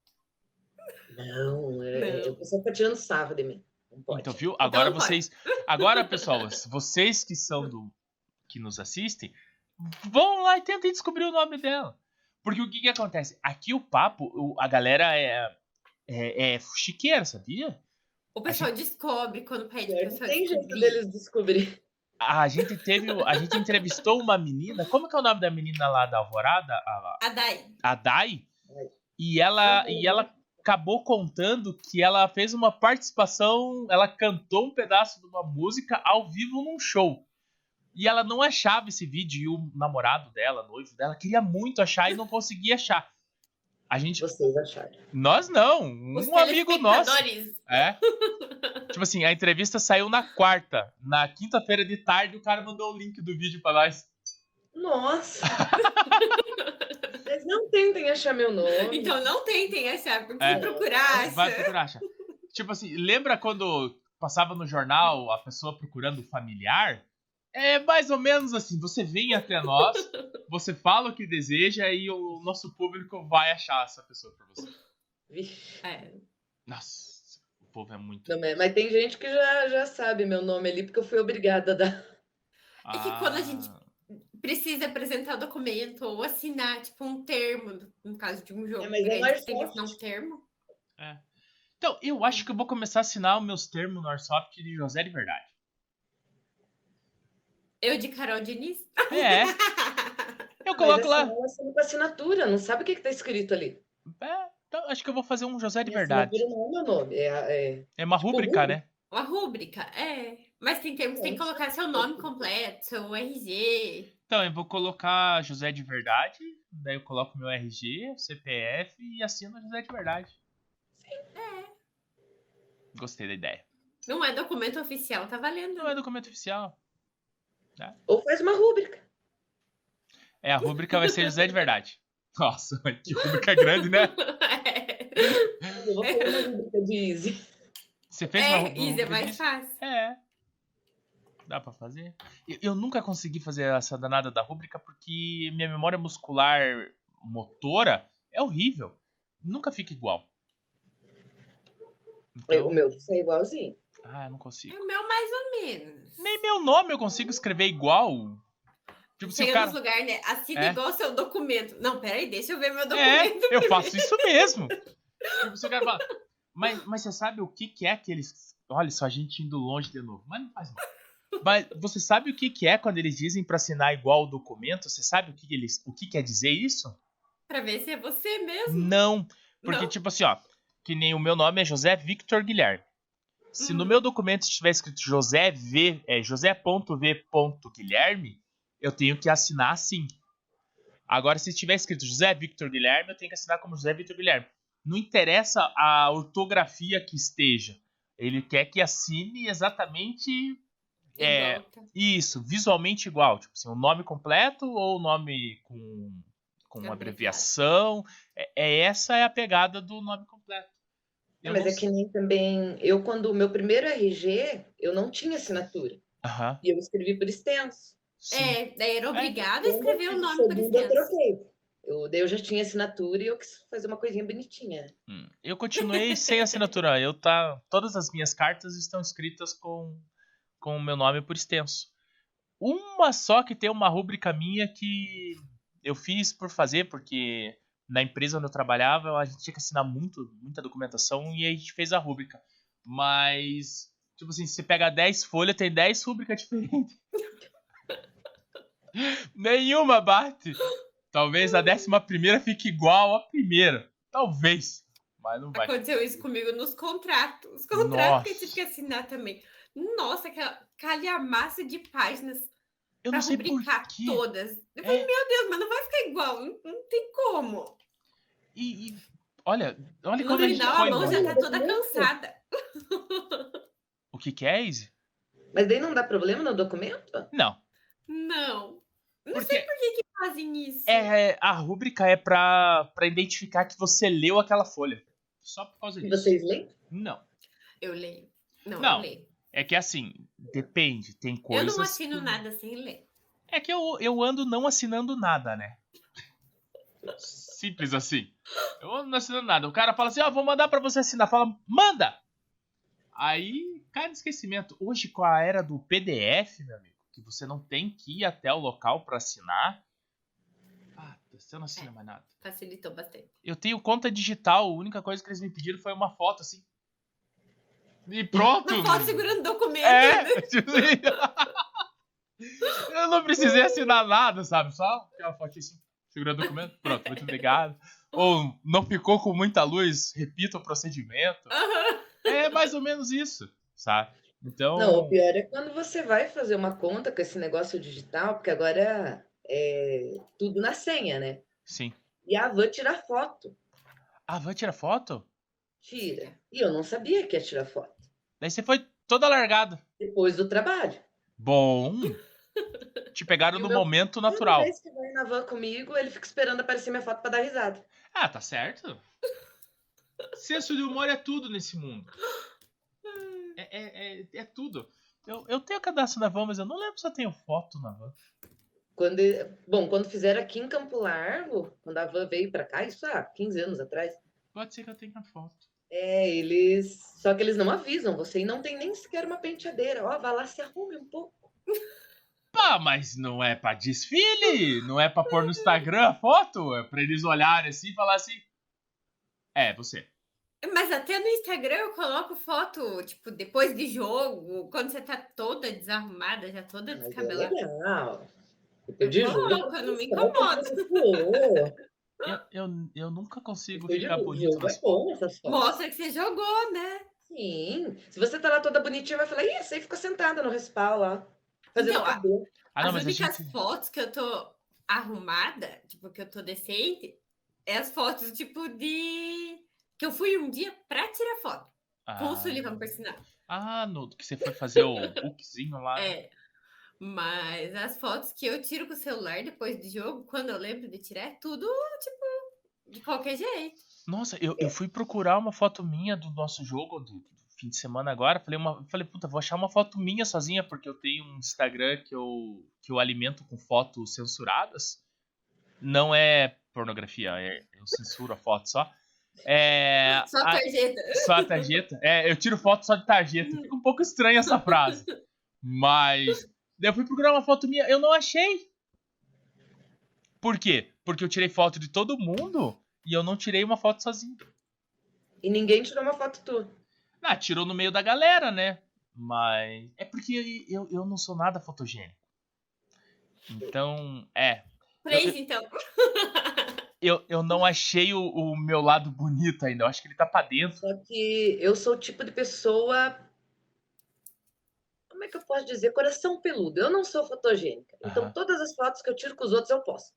S2: Não, é,
S4: Não.
S2: o pessoal tá tirando sarro de mim.
S3: Não pode.
S1: Então, viu? Agora
S4: não pode.
S1: vocês. Agora, pessoal, vocês que são do. que nos assistem, vão lá e tentem descobrir o nome dela. Porque o que, que acontece? Aqui o papo, o- a galera é, é, é chiqueira, sabia?
S4: O pessoal descobre quando pede pra
S2: É, Não
S4: pessoa
S2: tem jeito
S4: descobrir.
S2: deles descobrir.
S1: A gente teve. o- A gente entrevistou uma menina. Como que é o nome da menina lá da Alvorada? A,
S4: A Ah, Dai.
S1: a Dai? E ela, e ela acabou contando que ela fez uma participação. Ela cantou um pedaço de uma música ao vivo num show. E ela não achava esse vídeo. E o namorado dela, noivo dela, queria muito achar e não conseguia achar. A gente.
S2: Vocês acharam.
S1: Nós não. Um
S4: Os
S1: amigo nosso.
S4: telespectadores.
S1: É. tipo assim, a entrevista saiu na quarta. Na quinta-feira de tarde, o cara mandou o link do vídeo pra nós.
S2: Nossa! Vocês não tentem achar meu nome.
S4: Então não tentem achar, porque
S1: É.
S4: se procurar, acha.
S1: Vai procurar, acha. Tipo assim, lembra quando passava no jornal a pessoa procurando o familiar? É mais ou menos assim, você vem até nós, você fala o que deseja e o nosso público vai achar essa pessoa pra você.
S2: Vixe.
S4: É.
S1: Nossa, o povo é muito...
S2: Não, mas- mas tem gente que já, já sabe meu nome ali, porque eu fui obrigada a dar.
S4: É que quando a gente-
S1: Ah.
S4: Precisa apresentar o documento ou assinar, tipo, um termo, no caso de um jogo.
S2: É, mas é
S4: grande,
S2: mais
S4: tem que
S2: soft.
S4: assinar um termo.
S1: Então, eu acho que eu vou começar a assinar os meus termos no Airsoft de José é de Verdade.
S4: Eu de Carol Diniz.
S1: É, eu coloco
S2: Mas é
S1: lá...
S2: assinar, assina com assinatura, não sabe o que, que tá escrito ali.
S1: É, então, acho que eu vou fazer um José de
S2: Minha
S1: verdade.
S2: assinatura Não é meu nome. É, a- é-
S1: É uma rúbrica, né?
S4: Uma rúbrica, é. Mas tem termos, tem que colocar seu nome completo, seu RG.
S1: Então, eu vou colocar José de verdade, daí eu coloco meu RG, CPF e assino José de verdade.
S4: É.
S1: Gostei da ideia.
S4: Não é documento oficial, tá valendo.
S1: Não é documento oficial.
S2: Ou faz uma rúbrica.
S1: É, a rúbrica vai ser José de verdade. Nossa, mas que rúbrica grande, né?
S4: É,
S2: Eu vou fazer uma rúbrica de Easy.
S1: Você fez uma rú-
S4: isso é
S1: rúbrica
S4: mais
S1: disso?
S4: fácil.
S1: É. Dá pra fazer? Eu, eu nunca consegui fazer essa danada da rúbrica porque minha memória muscular motora é horrível. Nunca fica igual.
S2: O
S1: Então,
S2: meu é igualzinho.
S1: ah, eu não consigo.
S4: É O meu mais ou menos.
S1: Nem meu nome eu consigo escrever igual. Tipo, se o
S4: Chega
S1: cara.
S4: nos lugares, né? Assina
S1: É.
S4: igual o seu documento. Não, peraí, deixa eu ver meu documento.
S1: É, eu faço isso mesmo. Tipo, se o cara fala, mas, mas você sabe o que, que é que eles. Olha só, a gente indo longe de novo. Mas não faz mal. Mas você sabe o que, que é quando eles dizem pra assinar igual o documento? Você sabe o que, que eles. o que quer dizer isso?
S4: Pra ver se é você mesmo.
S1: Não. Porque,
S4: Não.
S1: tipo assim, ó, que nem o meu nome é José Victor Guilherme. Se no
S4: Hum.
S1: meu documento estiver escrito José V, é, José.v.guilherme, eu tenho que assinar assim. Agora, se estiver escrito José Victor Guilherme, eu tenho que assinar como José Victor Guilherme. Não interessa a ortografia que esteja. Ele quer que assine exatamente É.
S4: Igual, tá.
S1: isso, visualmente igual. Tipo assim, o nome completo ou o nome com, com uma abreviação. É, é- essa é a pegada do nome completo. Eu
S2: Mas
S1: não
S2: é que nem também. Eu, quando o meu primeiro RG, eu não tinha assinatura.
S1: Aham,
S2: E eu escrevi por extenso.
S1: sim.
S4: É, daí era obrigado a
S2: Quando
S4: escrever
S2: eu
S4: o
S2: fiz
S4: nome por
S2: segundo, eu
S4: extenso.
S2: troquei. Eu, daí eu já tinha assinatura e eu quis fazer uma coisinha bonitinha.
S1: Hum, Eu continuei sem assinatura. Eu tá, todas as minhas cartas estão escritas com com o meu nome por extenso. Uma só que tem uma rúbrica minha que eu fiz por fazer, porque na empresa onde eu trabalhava a gente tinha que assinar muito, muita documentação e aí a gente fez a rúbrica. Mas, tipo assim, você pega 10 folhas, tem 10 rúbricas diferentes. Nenhuma bate. Talvez a décima primeira fique igual à primeira. Talvez. Mas não vai.
S4: Aconteceu isso comigo nos contratos. Os contratos que eu tive
S1: Nossa.
S4: que assinar também. Nossa, aquela calhamaça de páginas
S1: Eu
S4: pra
S1: não sei por
S4: rubricar
S1: quê. É.
S4: todas. Eu falei, meu Deus, mas não vai ficar igual. Não, não tem como.
S1: E, e olha, olha
S4: No
S1: como a gente
S4: final, a
S1: foi
S4: mão
S1: longe.
S4: já tá
S2: embora.
S4: toda cansada.
S1: O que que é, Izzy?
S2: Mas daí não dá problema no documento?
S1: Não.
S4: Não. Não
S1: Porque-
S4: sei por que, que fazem isso.
S1: É, é, a rúbrica é pra, pra identificar que você leu aquela folha. Só por causa
S2: E
S1: disso.
S2: vocês leem?
S1: Não.
S4: Eu leio. Não,
S1: Não,
S4: eu leio.
S1: É que assim, depende. Tem
S4: Eu
S1: coisas.
S4: não assino
S1: que-
S4: nada sem ler.
S1: É que eu, eu ando não assinando nada, né? Simples assim. "Ah, Eu ando não assinando nada. O cara fala assim: ó, vou mandar pra você assinar. Fala, manda! Aí Cai no esquecimento. Hoje, com a era do PDF, meu amigo, que você não tem que ir até o local pra assinar. Ah, você não
S4: É.
S1: assina mais nada.
S4: Facilitou bastante.
S1: Eu tenho conta digital, a única coisa que eles me pediram foi uma foto, assim. E pronto!
S4: Uma foto segurando documento. né?
S1: Hum. É, tipo assim. Eu não precisei assinar nada, sabe? Só aquela fotinha assim, segurando o documento, pronto, muito obrigado. Ou não ficou com muita luz, repita o procedimento.
S4: Aham.
S1: É mais ou menos isso, sabe? Então,
S2: Não, o pior é quando você vai fazer uma conta com esse negócio digital, porque agora é tudo na senha, né?
S1: sim.
S2: E a van tira foto.
S1: Ah, vai tirar foto?
S2: Tira. E eu não sabia que ia tirar foto.
S1: Daí você foi toda largada.
S2: Depois do trabalho.
S1: Bom. Te pegaram
S2: E o
S1: no
S2: meu-
S1: momento natural.
S2: Toda vez que vai na van comigo, ele fica esperando aparecer minha foto pra dar risada.
S1: Ah, tá certo. Senso de humor é tudo nesse mundo. É, é- é- é tudo. Eu, eu tenho cadastro na van, mas eu não lembro se eu tenho foto na van.
S2: Quando, e- bom, quando fizeram aqui em Campo Largo, quando a van veio pra cá, isso há 15 anos atrás,
S1: Pode ser que eu tenha a foto.
S2: é, eles. Só que eles não avisam você e não tem nem sequer uma penteadeira. Ó, vai lá, se arrume um pouco.
S1: Pá, mas não é pra desfile, não é pra pôr no Instagram a foto, é pra eles olharem assim e falar assim. É, você.
S4: Mas até no Instagram eu coloco foto, tipo, depois de jogo, quando você tá toda desarrumada, já toda
S2: Mas é
S4: descabelada.
S2: legal.
S4: Eu
S2: Eu de
S4: vou,
S2: julho,
S4: eu não me
S2: nossa,
S4: incomodo.
S2: Pô,
S1: Eu, eu, eu nunca consigo
S2: depois de
S1: ficar
S2: julho,
S1: bonito
S2: vai
S1: nas
S2: é bom essas fotos.
S4: Mostra que você jogou, né?
S2: Sim. Se você tá lá toda bonitinha, vai falar, ih, essa aí ficou sentada no respal lá. Fazendo
S4: Não, Então, a-
S2: cabelo.
S1: Ah, não,
S4: as
S1: mas a
S4: únicas
S1: gente.
S4: fotos que eu tô arrumada, tipo, que eu tô decente, é as fotos, tipo, de. Que eu fui um dia pra tirar foto. Com o Sullivan, por sinal.
S1: Ah, no, que você foi fazer o bookzinho lá. né?
S4: É. Mas as fotos que eu tiro com o celular depois do jogo, quando eu lembro de tirar, é tudo, tipo, de qualquer jeito.
S1: Nossa, eu,
S4: É.
S1: eu fui procurar uma foto minha do nosso jogo do, do fim de semana agora. Falei, uma, falei, puta, vou achar uma foto minha sozinha, porque eu tenho um Instagram que eu, que eu alimento com fotos censuradas. Não é pornografia, é- eu censuro a foto só. É,
S4: Só
S1: a-
S4: tarjeta.
S1: só a tarjeta? É, eu tiro foto só de tarjeta. Fica um pouco estranha essa frase. Mas. daí Eu fui procurar uma foto minha, eu não achei. Por quê? Porque eu tirei foto de todo mundo e eu não tirei uma foto sozinho.
S2: E ninguém tirou uma foto tua.
S1: Ah, tirou no meio da galera, né? Mas. É porque eu, eu não sou nada fotogênico. Então, é.
S4: Três, então.
S1: Eu, eu não achei o, o meu lado bonito ainda. Eu acho que ele tá pra dentro.
S2: Só que eu sou o tipo de pessoa. Como é que eu posso dizer? Coração peludo. Eu não sou fotogênica. Então,
S1: Aham.
S2: todas as fotos que eu tiro com os outros, eu posto.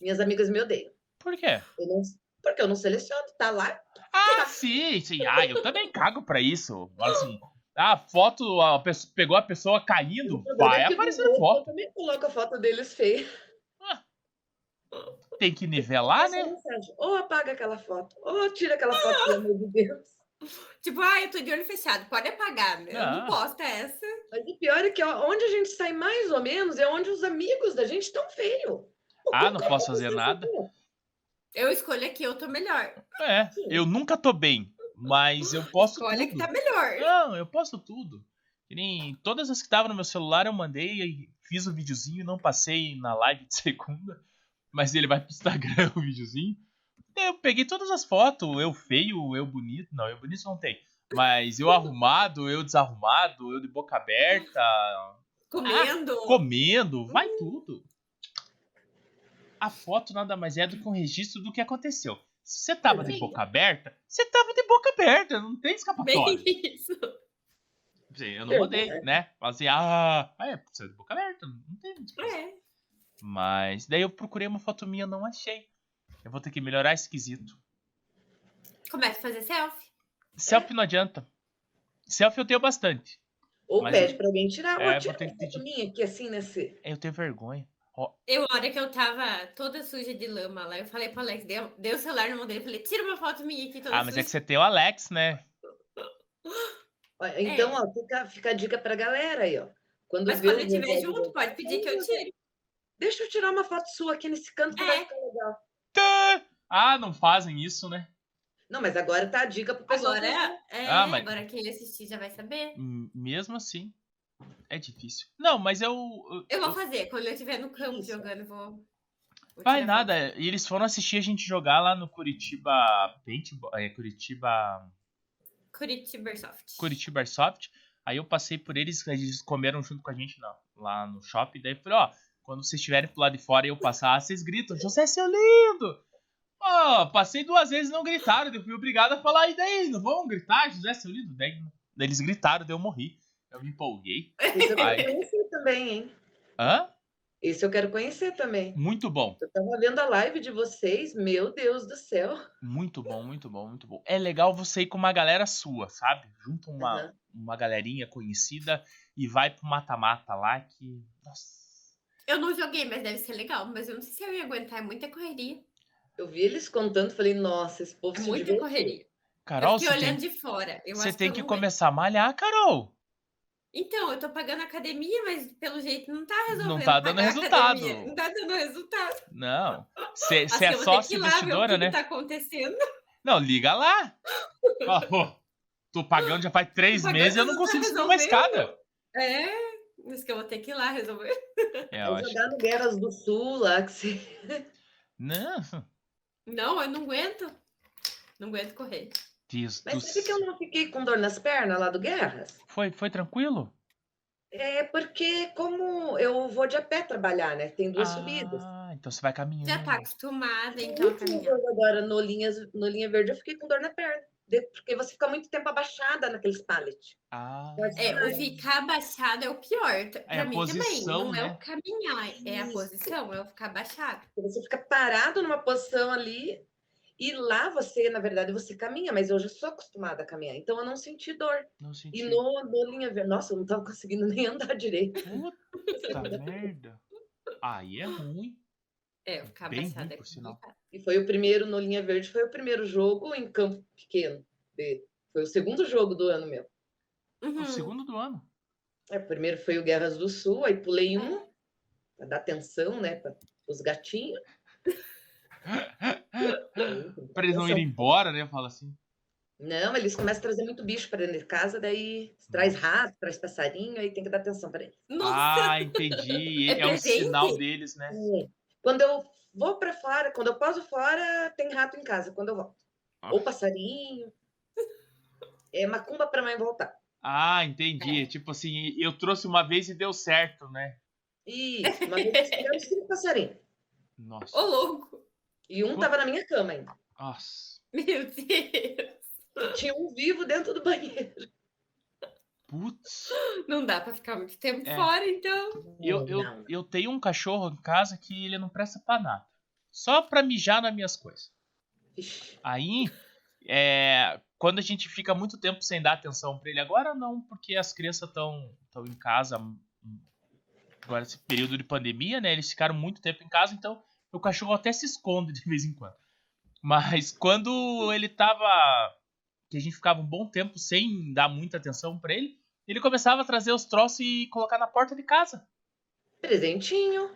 S2: Minhas amigas me odeiam.
S1: Por quê?
S2: Eu não- Porque eu não seleciono, tá lá
S1: Ah, sim, sim. Ah, eu também cago pra isso. Assim, ah, foto, a pessoa, pegou a pessoa caindo, vai aparecer
S2: Eu
S1: foto.
S2: também coloco a foto deles feia.
S1: Tem que nivelar,
S2: Essa
S1: né?
S2: mensagem. Ou apaga aquela foto, ou tira aquela foto, pelo amor de Deus.
S4: Tipo, ah, eu tô de olho fechado, pode apagar. né? Eu não
S1: Ah.
S4: posto essa.
S2: Mas o pior é que ó, onde a gente sai mais ou menos é onde os amigos da gente estão feio.
S1: Ah, não posso
S2: tá
S1: fazer nada.
S4: Eu escolho aqui, eu tô melhor.
S1: É, eu nunca tô bem, mas eu posso
S4: Olha que
S1: tudo. Ah,
S4: tá melhor.
S1: Não, eu posto tudo. Que nem todas as que estavam no meu celular eu mandei e fiz o videozinho, não passei na live de segunda, mas ele vai pro Instagram o videozinho. Daí Eu peguei todas as fotos, eu feio, eu bonito, não, eu bonito não tem. Mas eu arrumado, eu desarrumado, eu de boca aberta,
S4: Comendo.
S1: comendo, vai tudo. A foto nada mais é do que um registro do que aconteceu. Se você tava de boca aberta, você tava de boca aberta, não tem escapatória.
S4: Bem isso.
S1: Sim, Tipo assim, eu não mandei,
S4: é.
S2: Pergunta.
S1: né? Fala assim, ah, ah, é, precisa de boca aberta, não tem. muito pra isso.
S4: É.
S1: Mas daí eu procurei uma foto minha, não achei. Eu vou ter que melhorar esse quesito.
S4: Começa a fazer selfie.
S1: Selfie não adianta. Selfie eu tenho bastante.
S2: Ou
S1: Mas-
S2: pede pra alguém tirar.
S1: É,
S2: É,
S1: vou
S2: tira
S1: ter
S2: uma
S1: que
S2: foto
S1: pedir.
S2: minha aqui, assim, nesse...
S1: Eu tenho vergonha.
S4: Eu, a hora que eu tava toda suja de lama lá, eu falei pro Alex, deu, deu o celular na mão dele, falei, tira uma foto minha aqui toda
S1: Ah, mas é
S4: suja.
S1: que você tem o Alex, né?
S2: Ó,
S1: É.
S2: Então, ó, fica, fica a dica pra galera aí, ó. Quando
S4: Mas
S2: vê
S4: quando
S2: o
S4: eu
S1: né?
S4: estiver
S2: negócio-
S4: junto, pode pedir que eu tire.
S2: Deixa eu tirar uma foto sua aqui nesse canto que
S4: É.
S2: vai ficar legal.
S1: Tã! Ah, não fazem isso, né?
S2: Não, mas agora tá a dica pro pessoal.
S4: Agora, é,
S1: Ah, mas-
S4: agora quem assistir já vai saber.
S1: Hum, Mesmo assim, é difícil. Não, mas eu. eu-
S4: Eu vou
S1: eu-
S4: fazer. Quando eu estiver no campo
S2: Isso.
S4: jogando, eu vou. vou
S1: Vai
S4: tirar
S1: nada, e eles foram assistir a gente jogar lá no Curitiba Paintball, é, Curitiba,
S4: foto. Curitiba Soft.
S1: Curitiba Airsoft. Aí eu passei por eles, eles comeram junto com a gente lá, lá no shopping. Daí eu falei, ó, quando vocês estiverem pro lado de fora e eu passar, vocês gritam, José, seu lindo! Ó, passei duas vezes e não gritaram, daí eu fui obrigado a falar, e daí, não vão gritar, José, seu lindo? Daí, daí eles gritaram, daí eu morri. Eu me empolguei.
S2: Isso eu
S1: Ai.
S2: quero conhecer também, hein?
S1: Hã?
S2: Isso eu quero conhecer também.
S1: Muito bom.
S2: Eu tava vendo a live de vocês, meu Deus do céu.
S1: Muito bom, muito bom, muito bom. É legal você ir com uma galera sua, sabe? Junta uma,
S2: Aham.
S1: uma galerinha conhecida e vai pro mata-mata lá que. Nossa.
S4: Eu não joguei, mas deve ser legal. Mas eu não sei se eu ia aguentar. É muita correria.
S2: Eu vi eles contando, falei, nossa, esse povo
S4: É
S2: se
S4: muita
S2: divertiu.
S4: correria.
S1: Carol,
S4: eu
S1: você
S4: fiquei olhando
S1: tem,
S4: de fora. Eu
S1: você
S4: acho
S1: tem
S4: eu
S1: que
S4: não aguento.
S1: começar a malhar, Carol.
S4: Então, eu tô pagando academia, mas pelo jeito não tá resolvendo.
S1: Não tá dando
S4: pagar a
S1: resultado.
S4: academia. Não tá dando resultado.
S1: Não. Você
S4: Assim,
S1: é
S4: eu vou ter que
S1: sócio
S4: ir lá ver o
S1: investidora,
S4: que
S1: né?
S4: que tá acontecendo.
S1: Não, liga lá. Fala, "Pô, tô pagando já faz três
S4: pagando,
S1: meses e eu não
S4: não tá
S1: consigo subir uma escada.
S4: resolvendo. É, mas que eu vou ter que ir lá resolver.
S1: É, eu
S2: Vou
S1: acho.
S2: jogar no Guerras do Sul lá, que se...
S1: Não,
S4: Não, eu não aguento. Não aguento correr.
S1: Deus do
S2: Mas sabe que eu
S1: céu.
S2: não fiquei com dor nas pernas lá do Guerras?
S1: Foi, foi tranquilo?
S2: É porque como eu vou de a pé trabalhar, né? Tem duas subidas.
S1: Ah, então você vai caminhando.
S4: Já tá acostumada,
S2: No
S4: então, a
S2: último
S4: caminhar.
S2: jogo agora no, linhas, no Linha Verde eu fiquei com dor na perna. de- Porque você fica muito tempo abaixada naqueles pallet.
S1: Ah.
S4: É, o ficar abaixado é o pior. Pra
S1: a
S4: mim também.
S1: posição,
S4: Não é
S1: né?
S4: o caminhar, é a
S2: Isso.
S4: posição, é o ficar abaixado.
S2: Então, Você fica parado numa posição ali e lá você, na verdade, você caminha, mas eu já sou acostumada a caminhar, então eu não senti dor.
S1: Não senti.
S2: E no, no linha verde, nossa, eu não tava conseguindo nem andar direito.
S1: Puta merda. Aí é ruim.
S4: É, o ficar
S1: Bem ruim,
S4: abaixado é
S1: por sinal.
S4: complicado.
S2: E foi o primeiro no linha verde, foi o primeiro jogo em campo pequeno. de- Foi o segundo jogo do ano meu.
S1: É
S4: Uhum.
S1: O segundo do ano.
S2: É, o primeiro foi o Guerras do Sul, aí pulei um para dar atenção, né, para os gatinhos.
S1: Pra eles não irem embora, né? Fala assim.
S2: Não, eles começam a trazer muito bicho para dentro de casa, daí traz rato, traz passarinho, aí tem que dar atenção para eles.
S4: Nossa,
S1: Ah, entendi.
S4: É
S1: É, um
S4: presente?
S1: sinal deles, né?
S2: É. Quando eu vou para fora, quando eu pauso fora, tem rato em casa, quando eu volto.
S1: Ah.
S2: Ou passarinho. É macumba para mãe voltar.
S1: Ah, entendi. Tipo assim, eu trouxe uma vez e deu certo, né?
S2: Isso, uma vez eu tirei uns cinco passarinhos.
S1: Nossa.
S4: ô louco.
S2: E um tava na minha cama ainda.
S1: Nossa.
S4: Meu Deus.
S2: E tinha um vivo dentro do banheiro.
S1: Putz.
S4: Não dá pra ficar muito tempo
S1: É.
S4: fora, então.
S1: Eu, eu,
S2: Não.
S1: eu tenho um cachorro em casa que ele não presta pra nada. Só pra mijar nas minhas coisas.
S2: Ixi,
S1: Aí, é, quando a gente fica muito tempo sem dar atenção pra ele, agora não, porque as crianças estão tão em casa. hum, Agora, esse período de pandemia, né? Eles ficaram muito tempo em casa, então o cachorro até se esconde de vez em quando. Mas quando ele tava. que a gente ficava um bom tempo sem dar muita atenção pra ele, ele começava a trazer os troços e colocar na porta de casa.
S2: Presentinho.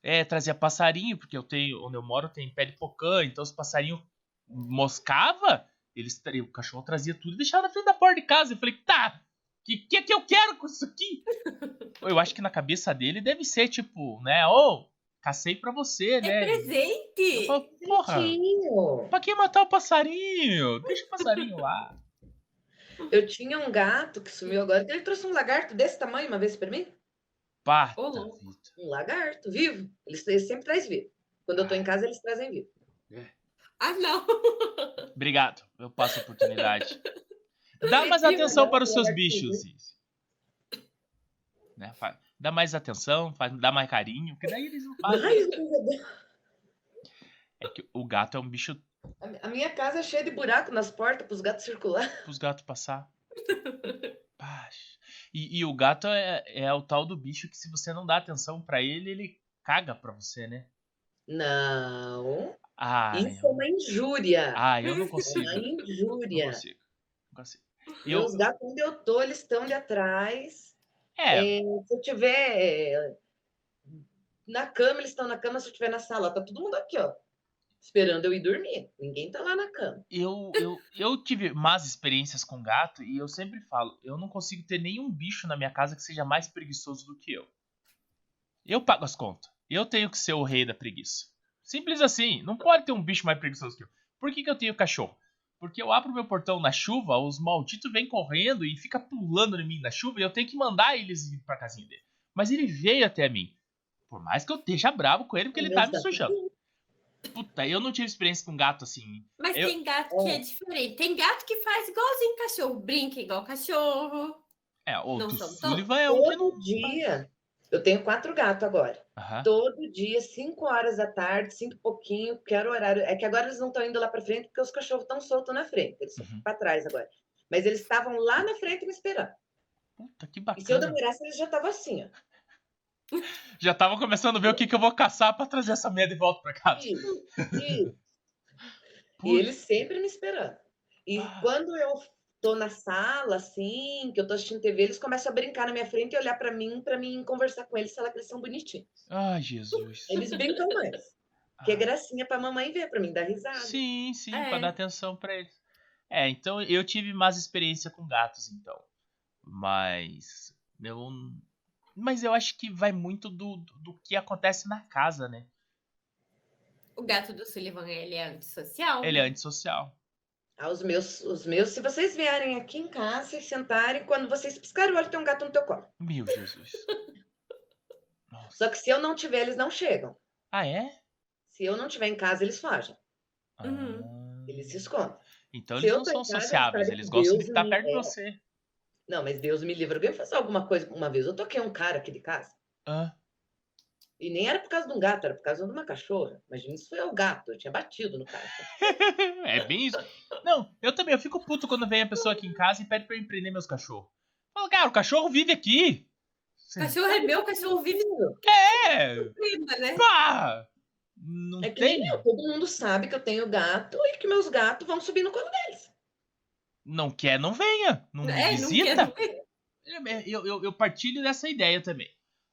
S4: É.
S1: É, trazia passarinho, porque eu tenho, onde eu moro tem pé de pocã, então os passarinhos moscava, eles tra- o cachorro trazia tudo e deixava na frente da porta de casa. Eu falei, tá, o que, que que eu quero com isso aqui? eu acho que na cabeça dele deve ser tipo, né, ô, cacei pra você,
S4: É
S1: né? Eu
S4: presente.
S1: falo, porra,
S2: Presentinho.
S1: pra que matar o passarinho? Deixa o passarinho lá.
S2: Eu tinha um gato que sumiu agora. que Ele trouxe um lagarto desse tamanho uma vez para mim.
S1: Pata,
S4: Ô, louco.
S1: vida.
S2: Um lagarto vivo. Eles, eles sempre trazem vivo. Quando eu tô em casa, eles trazem vivo.
S4: Ah, não.
S1: Obrigado, eu passo a oportunidade. Dá mais
S4: E
S1: atenção
S2: mandar
S1: para os seus
S2: pra
S1: bichos. Zizi. Né, fa- Dá mais atenção, faz- dá mais carinho, porque daí eles não fazem.
S2: Ai, meu Deus.
S1: É que o gato é um bicho
S2: A- a minha casa é cheia de buraco nas portas para os gatos circular.
S1: para os gatos passar. Pá, E, e o gato é, é o tal do bicho que se você não dá atenção para ele, ele caga para você, né?
S2: Não.
S1: Ah,
S2: Isso é
S1: eu,
S2: uma injúria.
S1: ah, eu não
S2: É
S1: consigo.
S2: uma
S1: Não
S2: injúria.
S1: consigo. Não consigo. Eu,
S2: Os gatos onde eu tô, eles estão de atrás.
S1: é,
S2: É, se eu tiver é, na cama, eles estão na cama. Se eu tiver na sala, tá todo mundo aqui, ó. esperando eu ir dormir. Ninguém tá lá na cama.
S1: Eu, eu, eu tive más experiências com gato e eu sempre falo, eu não consigo ter nenhum bicho na minha casa que seja mais preguiçoso do que eu. Eu pago as contas. Eu tenho que ser o rei da preguiça. Simples assim. Não pode ter um bicho mais preguiçoso que eu. Por que, que eu tenho cachorro? Porque eu abro meu portão na chuva, os malditos vêm correndo e fica pulando em mim na chuva e eu tenho que mandar eles ir pra casinha dele. Mas ele veio até mim. Por mais que eu esteja bravo com ele, porque ele tá me sujando. Puta, eu não tive experiência com gato assim.
S4: Mas
S1: Eu-
S4: tem gato que é diferente. Tem gato que faz igualzinho cachorro, brinca igual cachorro.
S1: É, o
S4: Não
S1: do
S4: são tão-
S1: Sullivan é um que não.
S2: Todo dia. Eu tenho quatro gatos agora.
S1: Aham.
S2: Todo dia, cinco horas da tarde, cinco e pouquinho, que era o horário. É que agora eles não estão indo lá pra frente porque os cachorros estão soltos na frente. Eles
S1: Uhum.
S2: estão pra trás agora. Mas eles estavam lá na frente me esperando.
S1: Puta, que
S2: E se eu
S1: bacana.
S2: demorasse, eles já estavam assim, ó.
S1: Já tava começando a ver o que, que eu vou caçar pra trazer essa merda de volta pra casa.
S2: Ih, ih. E
S1: Puta,
S2: ele sempre me esperando. E
S1: Ah.
S2: quando eu tô na sala, assim, que eu tô assistindo TV, eles começam a brincar na minha frente e olhar pra mim, pra mim conversar com eles, falar que eles são bonitinhos.
S1: Ai, Jesus.
S2: Eles brincam mais. Que é
S1: Ah.
S2: gracinha pra mamãe ver, pra mim dar risada.
S1: Sim, sim, pra
S4: É.
S1: dar atenção pra eles. É, então eu tive mais experiência com gatos, então. Mas. Eu. Mas eu acho que vai muito do, do do que acontece na casa, né?
S4: O gato do Sullivan, ele é antissocial.
S1: Ele é antissocial.
S2: Ah, os meus, os meus, se vocês vierem aqui em casa e sentarem, quando vocês piscarem o olho, tem um gato no teu colo.
S1: Meu Jesus. Nossa.
S2: Só que se eu não tiver, eles não chegam.
S1: Ah, é?
S2: Se eu não tiver em casa, eles fogem.
S4: Uhum.
S1: Ah.
S2: Eles se escondem.
S1: Então
S2: Se
S1: eles
S2: eu
S1: não
S2: tô em
S1: são
S2: casa,
S1: sociáveis,
S2: sabe
S1: eles
S2: que
S1: gostam de
S2: Deus
S1: estar
S2: me é.
S1: perto de
S2: dera.
S1: você.
S2: Não, mas Deus me livre. Alguém fez alguma coisa uma vez. Eu toquei um cara aqui de casa.
S1: Hã?
S2: E nem era por causa de um gato, era por causa de uma cachorra. Imagina, isso foi o gato, eu tinha batido no cara.
S1: É bem isso. Não, eu também, eu fico puto quando vem a pessoa aqui em casa e pede pra eu empreender meus cachorros. Fala, cara, o cachorro vive aqui.
S4: Cachorro é meu, cachorro vive
S1: É,
S4: prima, né?
S1: pá! Não
S2: É que nem
S1: tem.
S2: eu, todo mundo sabe que eu tenho gato e que meus gatos vão subir no colo dele.
S1: Não quer, não venha. Não me
S4: É, não
S1: visita.
S4: quer, não quer.
S1: Eu, eu, eu partilho dessa ideia também.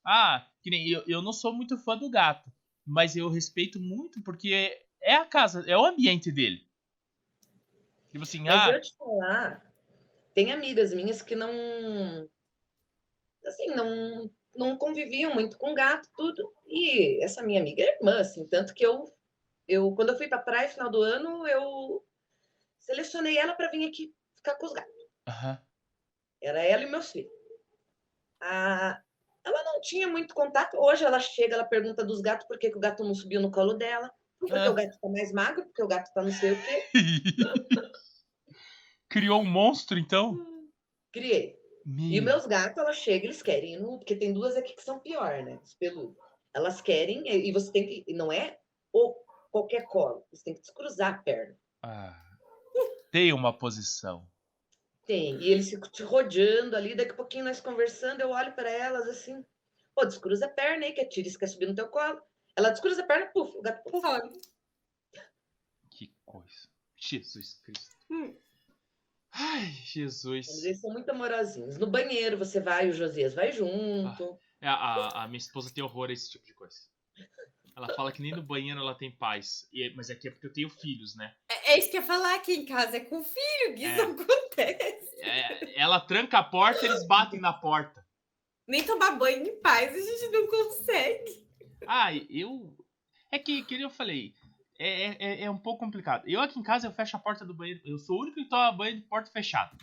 S1: Ah, que nem eu, eu não sou muito fã do gato, mas eu respeito muito porque é a casa, é o ambiente dele. Tipo assim,
S2: Mas
S1: ah,
S2: eu te falar, tem amigas minhas que não. Assim, não, não conviviam muito com gato, tudo. E essa minha amiga é irmã, assim, tanto que eu, eu quando eu fui pra praia final do ano, eu selecionei ela para vir aqui ficar com os gatos.
S1: aham,
S2: Era ela e meus filhos. A- Ela não tinha muito contato. Hoje ela chega, ela pergunta dos gatos por que, que o gato não subiu no colo dela. Porque
S1: Ah.
S2: o gato tá mais magro, porque o gato tá não sei o quê.
S1: criou um monstro então?
S2: Criei. E
S1: Meu,
S2: os meus gatos, ela chega, eles querem ir no. Porque tem duas aqui que são pior, né? Os peludos. Elas querem, e e você tem que. E não é o qualquer colo. Você tem que descruzar a perna.
S1: ah, tem uma posição.
S2: Tem. E eles ficam te rodeando ali, daqui a pouquinho nós conversando, eu olho para elas assim. Pô, descruza a perna aí, que a Tiris quer subir no teu colo. Ela descruza a perna, puf, o gato puf,
S4: Fome.
S1: Que coisa. Jesus Cristo.
S4: Hum.
S1: Ai, Jesus.
S2: Mas Eles são muito amorosinhos. No banheiro você vai, o Josias vai junto.
S1: É, A, a minha esposa tem horror a esse tipo de coisa. Ela fala que nem no banheiro ela tem paz. E é- mas aqui é porque eu tenho filhos, né?
S4: É, é isso que eu ia falar aqui em casa, é com filho que
S1: É.
S4: isso acontece.
S1: É, ela tranca a porta eles batem na porta.
S4: Nem tomar banho em paz a gente não consegue.
S1: Ah, eu. É que, que nem eu falei. É, é- é, é um pouco complicado. Eu aqui em casa eu fecho a porta do banheiro. Eu sou o único que toma banho de porta fechada.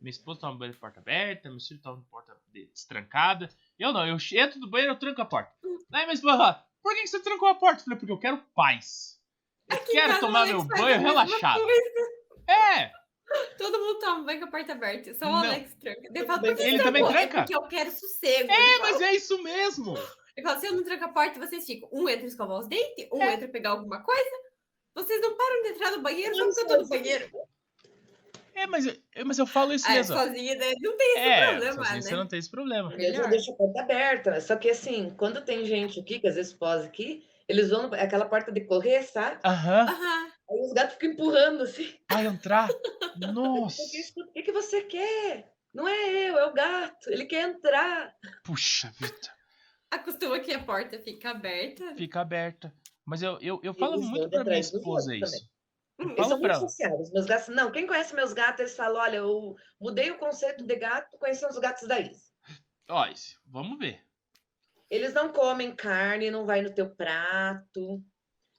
S1: Minha esposa toma banho de porta aberta, meu filho toma de porta de- destrancada. Eu não, eu entro do banheiro, eu tranco a porta. Aí minha esposa fala, por que que você trancou a porta? Eu falei, porque eu quero paz. Eu
S4: Aqui em
S1: quero
S4: casa, é
S1: tomar
S4: Alex
S1: meu
S4: faz a
S1: banho
S4: mesma
S1: relaxado.
S4: coisa.
S1: É!
S4: Todo mundo toma banho com a porta aberta, só o
S1: Não.
S4: Alex tranca. Eu falo, por que
S1: Ele
S4: você
S1: também
S4: trancou? É
S1: tranca?
S4: porque eu quero sossego.
S1: É,
S4: Ele
S1: mas
S4: fala-
S1: é isso mesmo!
S4: Ele fala, se eu não tranco a porta, vocês ficam. Um entra escovar os dentes, um
S1: É.
S4: entra pegar alguma coisa. Vocês não param de entrar no banheiro, não ficam no banheiro.
S1: É, mas, eu- é, mas eu falo isso
S4: Ah,
S1: mesmo.
S4: sozinha, né? Não tem esse
S1: é,
S4: problema,
S1: sozinho
S4: né?
S1: você não tem esse problema.
S2: Eu já
S4: Melhor.
S2: deixo a porta aberta. Só que assim, quando tem gente aqui, que às vezes posa aqui, eles vão. no- é Aquela porta de correr, sabe?
S1: Aham,
S4: Aham.
S2: Aí os gatos ficam empurrando assim.
S1: vai entrar? Nossa!
S2: Porque escuta, O que, que você quer? Não é eu, é o gato. Ele quer entrar.
S1: Puxa vida,
S4: Acostuma que a porta fica aberta.
S1: fica aberta. Mas eu, eu, eu falo
S2: os
S1: muito
S2: dois
S1: pra minha
S2: atrás do
S1: esposa
S2: outro
S1: isso.
S4: também.
S1: Eu
S2: Hum, Eles
S1: falo
S2: são
S1: pra
S2: muito
S1: ela.
S2: sociáveis. Meus gatos, não, quem conhece meus gatos, eles falam: olha, eu mudei o conceito de gato conhecendo os gatos da Isa.
S1: Ó, isso, vamos ver.
S2: Eles não comem carne, não vai no teu prato.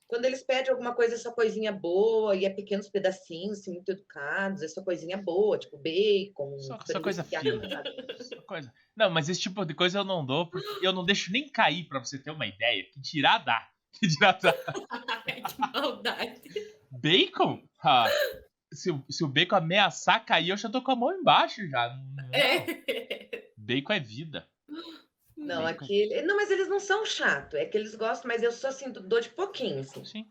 S2: Quando eles pedem alguma coisa, é só coisinha boa, e é pequenos pedacinhos, assim, muito educados, é só coisinha boa, tipo bacon.
S1: Só- só
S2: frango
S1: coisa
S2: desfiado,
S1: fina.
S2: sabe?
S1: Essa coisa. Não, mas esse tipo de coisa eu não dou, porque eu não deixo nem cair pra você ter uma ideia. Que tirar dá. Que tirar dá.
S4: Ai, que maldade.
S1: Bacon? Ah, se, o- se o bacon ameaçar cair, eu já tô com a mão embaixo já. Não.
S4: É.
S1: Bacon é vida.
S2: Não,
S1: Bacon.
S2: aqui. ele- Não, mas eles não são chato, é que eles gostam, mas eu só assim, dou de pouquinho, assim.
S1: Sim.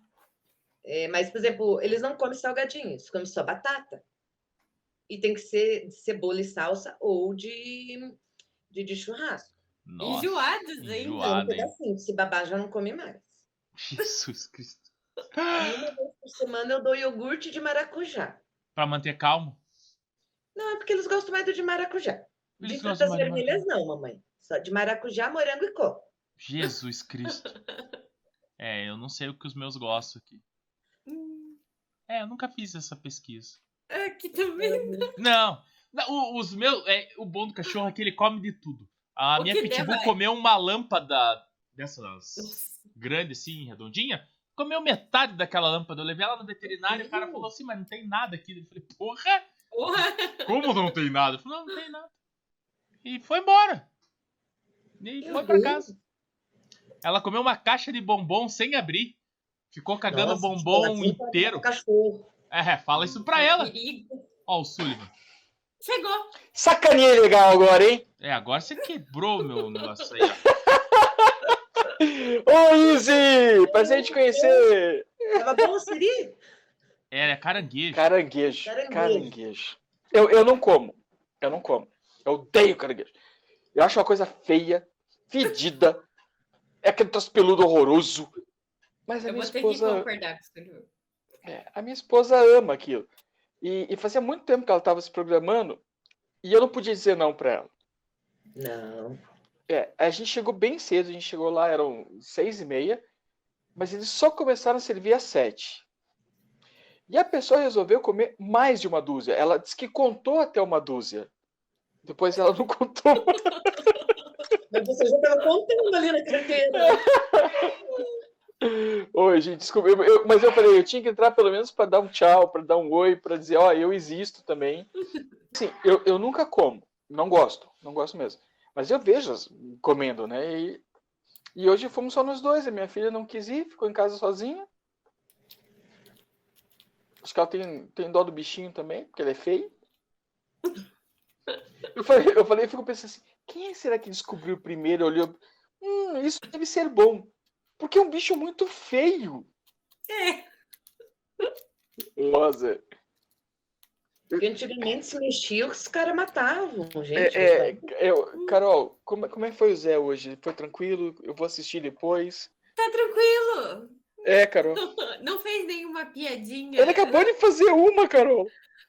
S2: É, mas, por exemplo, eles não comem salgadinho, eles comem só batata. E tem que ser de cebola e salsa ou de, de, de churrasco.
S1: Nossa.
S4: Enjoados
S2: É
S4: ainda.
S1: Enjoado. Ah,
S2: um
S1: bem.
S2: pedacinho, se babar já não come mais.
S1: Jesus Cristo.
S2: E uma vez por semana eu dou iogurte de maracujá.
S1: Pra manter calmo.
S2: Não, é porque eles gostam mais do de maracujá.
S1: Eles
S2: de
S1: gostam
S2: frutas
S1: mais de
S2: vermelhas não, mamãe. Só de maracujá, morango e coco.
S1: Jesus Cristo. É, eu não sei o que os meus gostam aqui.
S4: Hum,
S1: É, eu nunca fiz essa pesquisa.
S4: Aqui Ah, também.
S1: Tá Não. Não, o- os meus, é, o bom do cachorro é que ele come de tudo. A
S4: O
S1: minha
S4: que der,
S1: pitbull
S4: vai.
S1: comeu uma lâmpada dessas
S4: Nossa.
S1: grandes assim, redondinha. Comeu metade daquela lâmpada. Eu levei ela no veterinário, o cara falou assim, mas não tem nada aqui. Eu falei, porra,
S4: Porra.
S1: como não tem nada? Eu falei, não, não tem nada. E foi embora. E
S2: Meu
S1: foi pra
S2: Deus.
S1: casa. Ela comeu uma caixa de bombom sem abrir. Ficou cagando
S2: Nossa,
S1: bombom
S2: chocolate pra
S1: inteiro.
S2: Cachorro.
S1: É, fala isso pra ela.
S4: Perigo.
S1: Ó, o Sullivan.
S4: Chegou.
S5: Sacaninha legal agora, hein?
S1: É, agora você quebrou o meu negócio aí. ó.
S5: Ô, Izzy! Prazer em te conhecer.
S2: Tava bom, Siri?
S1: É, é caranguejo.
S5: Caranguejo.
S2: Caranguejo.
S5: Caranguejo. Eu, eu não como. Eu não como. Eu odeio caranguejo. Eu acho uma coisa feia, fedida. É aquele troço peludo horroroso. Mas a
S4: Eu
S5: minha
S4: vou ter que
S5: esposa.
S4: concordar com isso. Lu.
S5: É, a minha esposa ama aquilo. E, e fazia muito tempo que ela estava se programando e eu não podia dizer não para ela.
S2: Não.
S5: É, a gente chegou bem cedo, a gente chegou lá, eram seis e meia, mas eles só começaram a servir às sete. E a pessoa resolveu comer mais de uma dúzia. Ela disse que contou até uma dúzia. Depois ela não contou. mais.
S2: Mas você já tava contando ali na carteira.
S5: Oi, gente, desculpa. eu- eu- mas eu falei, eu tinha que entrar pelo menos para dar um tchau, para dar um oi, para dizer, ó, eu existo também. Assim, eu, eu nunca como, não gosto, não gosto mesmo. Mas eu vejo as- comendo, né? E, e hoje fomos só nós dois. A minha filha não quis ir, ficou em casa sozinha. Acho que ela tem, tem dó do bichinho também, porque ele é feio. Eu falei, eu falei, eu fico pensando assim, quem será que descobriu primeiro, olhou, hum, isso deve ser bom. Porque é um bicho muito feio.
S4: É.
S5: Nossa.
S2: Porque antigamente se mexia, os caras matavam, gente.
S5: É, é, eu- Carol, como, como é que foi o Zé hoje? Foi tranquilo? Eu vou assistir depois.
S4: Tá tranquilo.
S5: É, Carol.
S4: Não fez nenhuma piadinha.
S5: Ele acabou de fazer uma, Carol.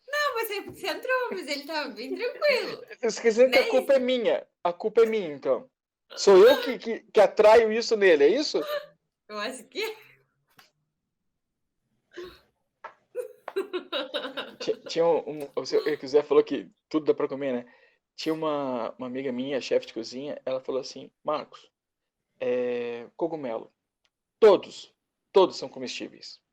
S4: Não, você, você entrou, mas ele tava bem tranquilo.
S5: Esquecendo que a culpa é minha. A culpa é minha, então. Sou eu que, que, que atraio isso nele, é isso?
S4: Eu acho que. é.
S5: Ti- Tinha um. um- o seu- é que o Zé falou que tudo dá pra comer, né? Tinha uma, uma amiga minha, chefe de cozinha, ela falou assim: Marcos, é, cogumelo. Todos, todos são comestíveis.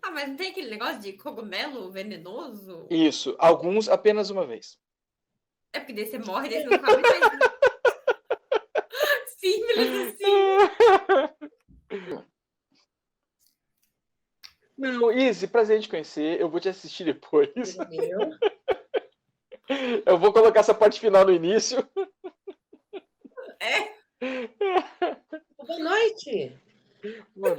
S4: Ah, mas não tem aquele negócio de cogumelo venenoso?
S5: Isso, alguns apenas uma vez.
S4: É porque daí você morre, daí você não come mais. Simples assim.
S5: Não, Izzy, prazer em te conhecer. Eu vou te assistir depois.
S2: Entendeu?
S5: Eu vou colocar essa parte final no início.
S2: Boa noite.
S5: Mano,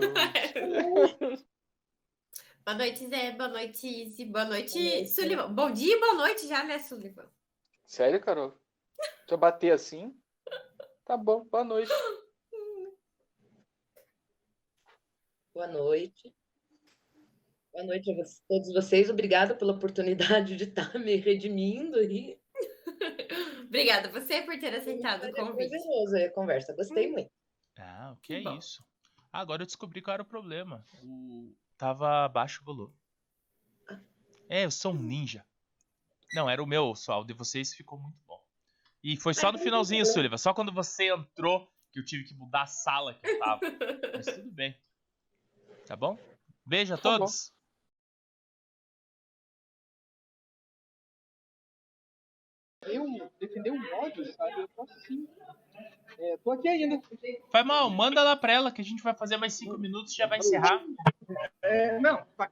S4: Boa noite, Zé. Boa noite, Izzy. Boa noite,
S2: Boa noite.
S4: Sullivan. Bom dia e boa noite já, né, Sullivan?
S5: sério, Carol? Se eu bater assim? Tá bom, boa noite.
S2: Boa noite. Boa noite a vo- todos vocês. Obrigada pela oportunidade de estar me redimindo aí.
S4: Obrigada você por ter aceitado o
S2: Foi
S4: convite.
S2: é
S4: Hum.
S2: prazeroso aí a conversa. Gostei muito.
S1: Ah, o que é
S4: Bom.
S1: isso? Agora eu descobri qual era o problema. O... Tava abaixo o volume. É, eu sou um ninja. Não, era o meu, só o de vocês ficou muito bom. E foi só no finalzinho, Sullivan. Só quando você entrou que eu tive que mudar a sala que eu tava. Mas tudo bem. Tá bom? Beijo a
S5: Tá bom.
S1: todos.
S5: Eu defender o um ódio, sabe? Eu tô assim. É, tô aqui ainda.
S1: Faz mal, manda lá pra ela que a gente vai fazer mais cinco minutos e já vai encerrar.
S6: É, não, tá-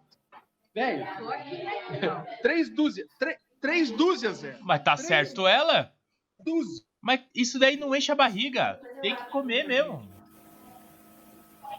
S6: velho. Três dúzias. tre- Três dúzias, velho.
S1: Mas tá certo ela?
S6: Dúzias.
S1: Mas isso daí não enche a barriga. Tem que comer mesmo.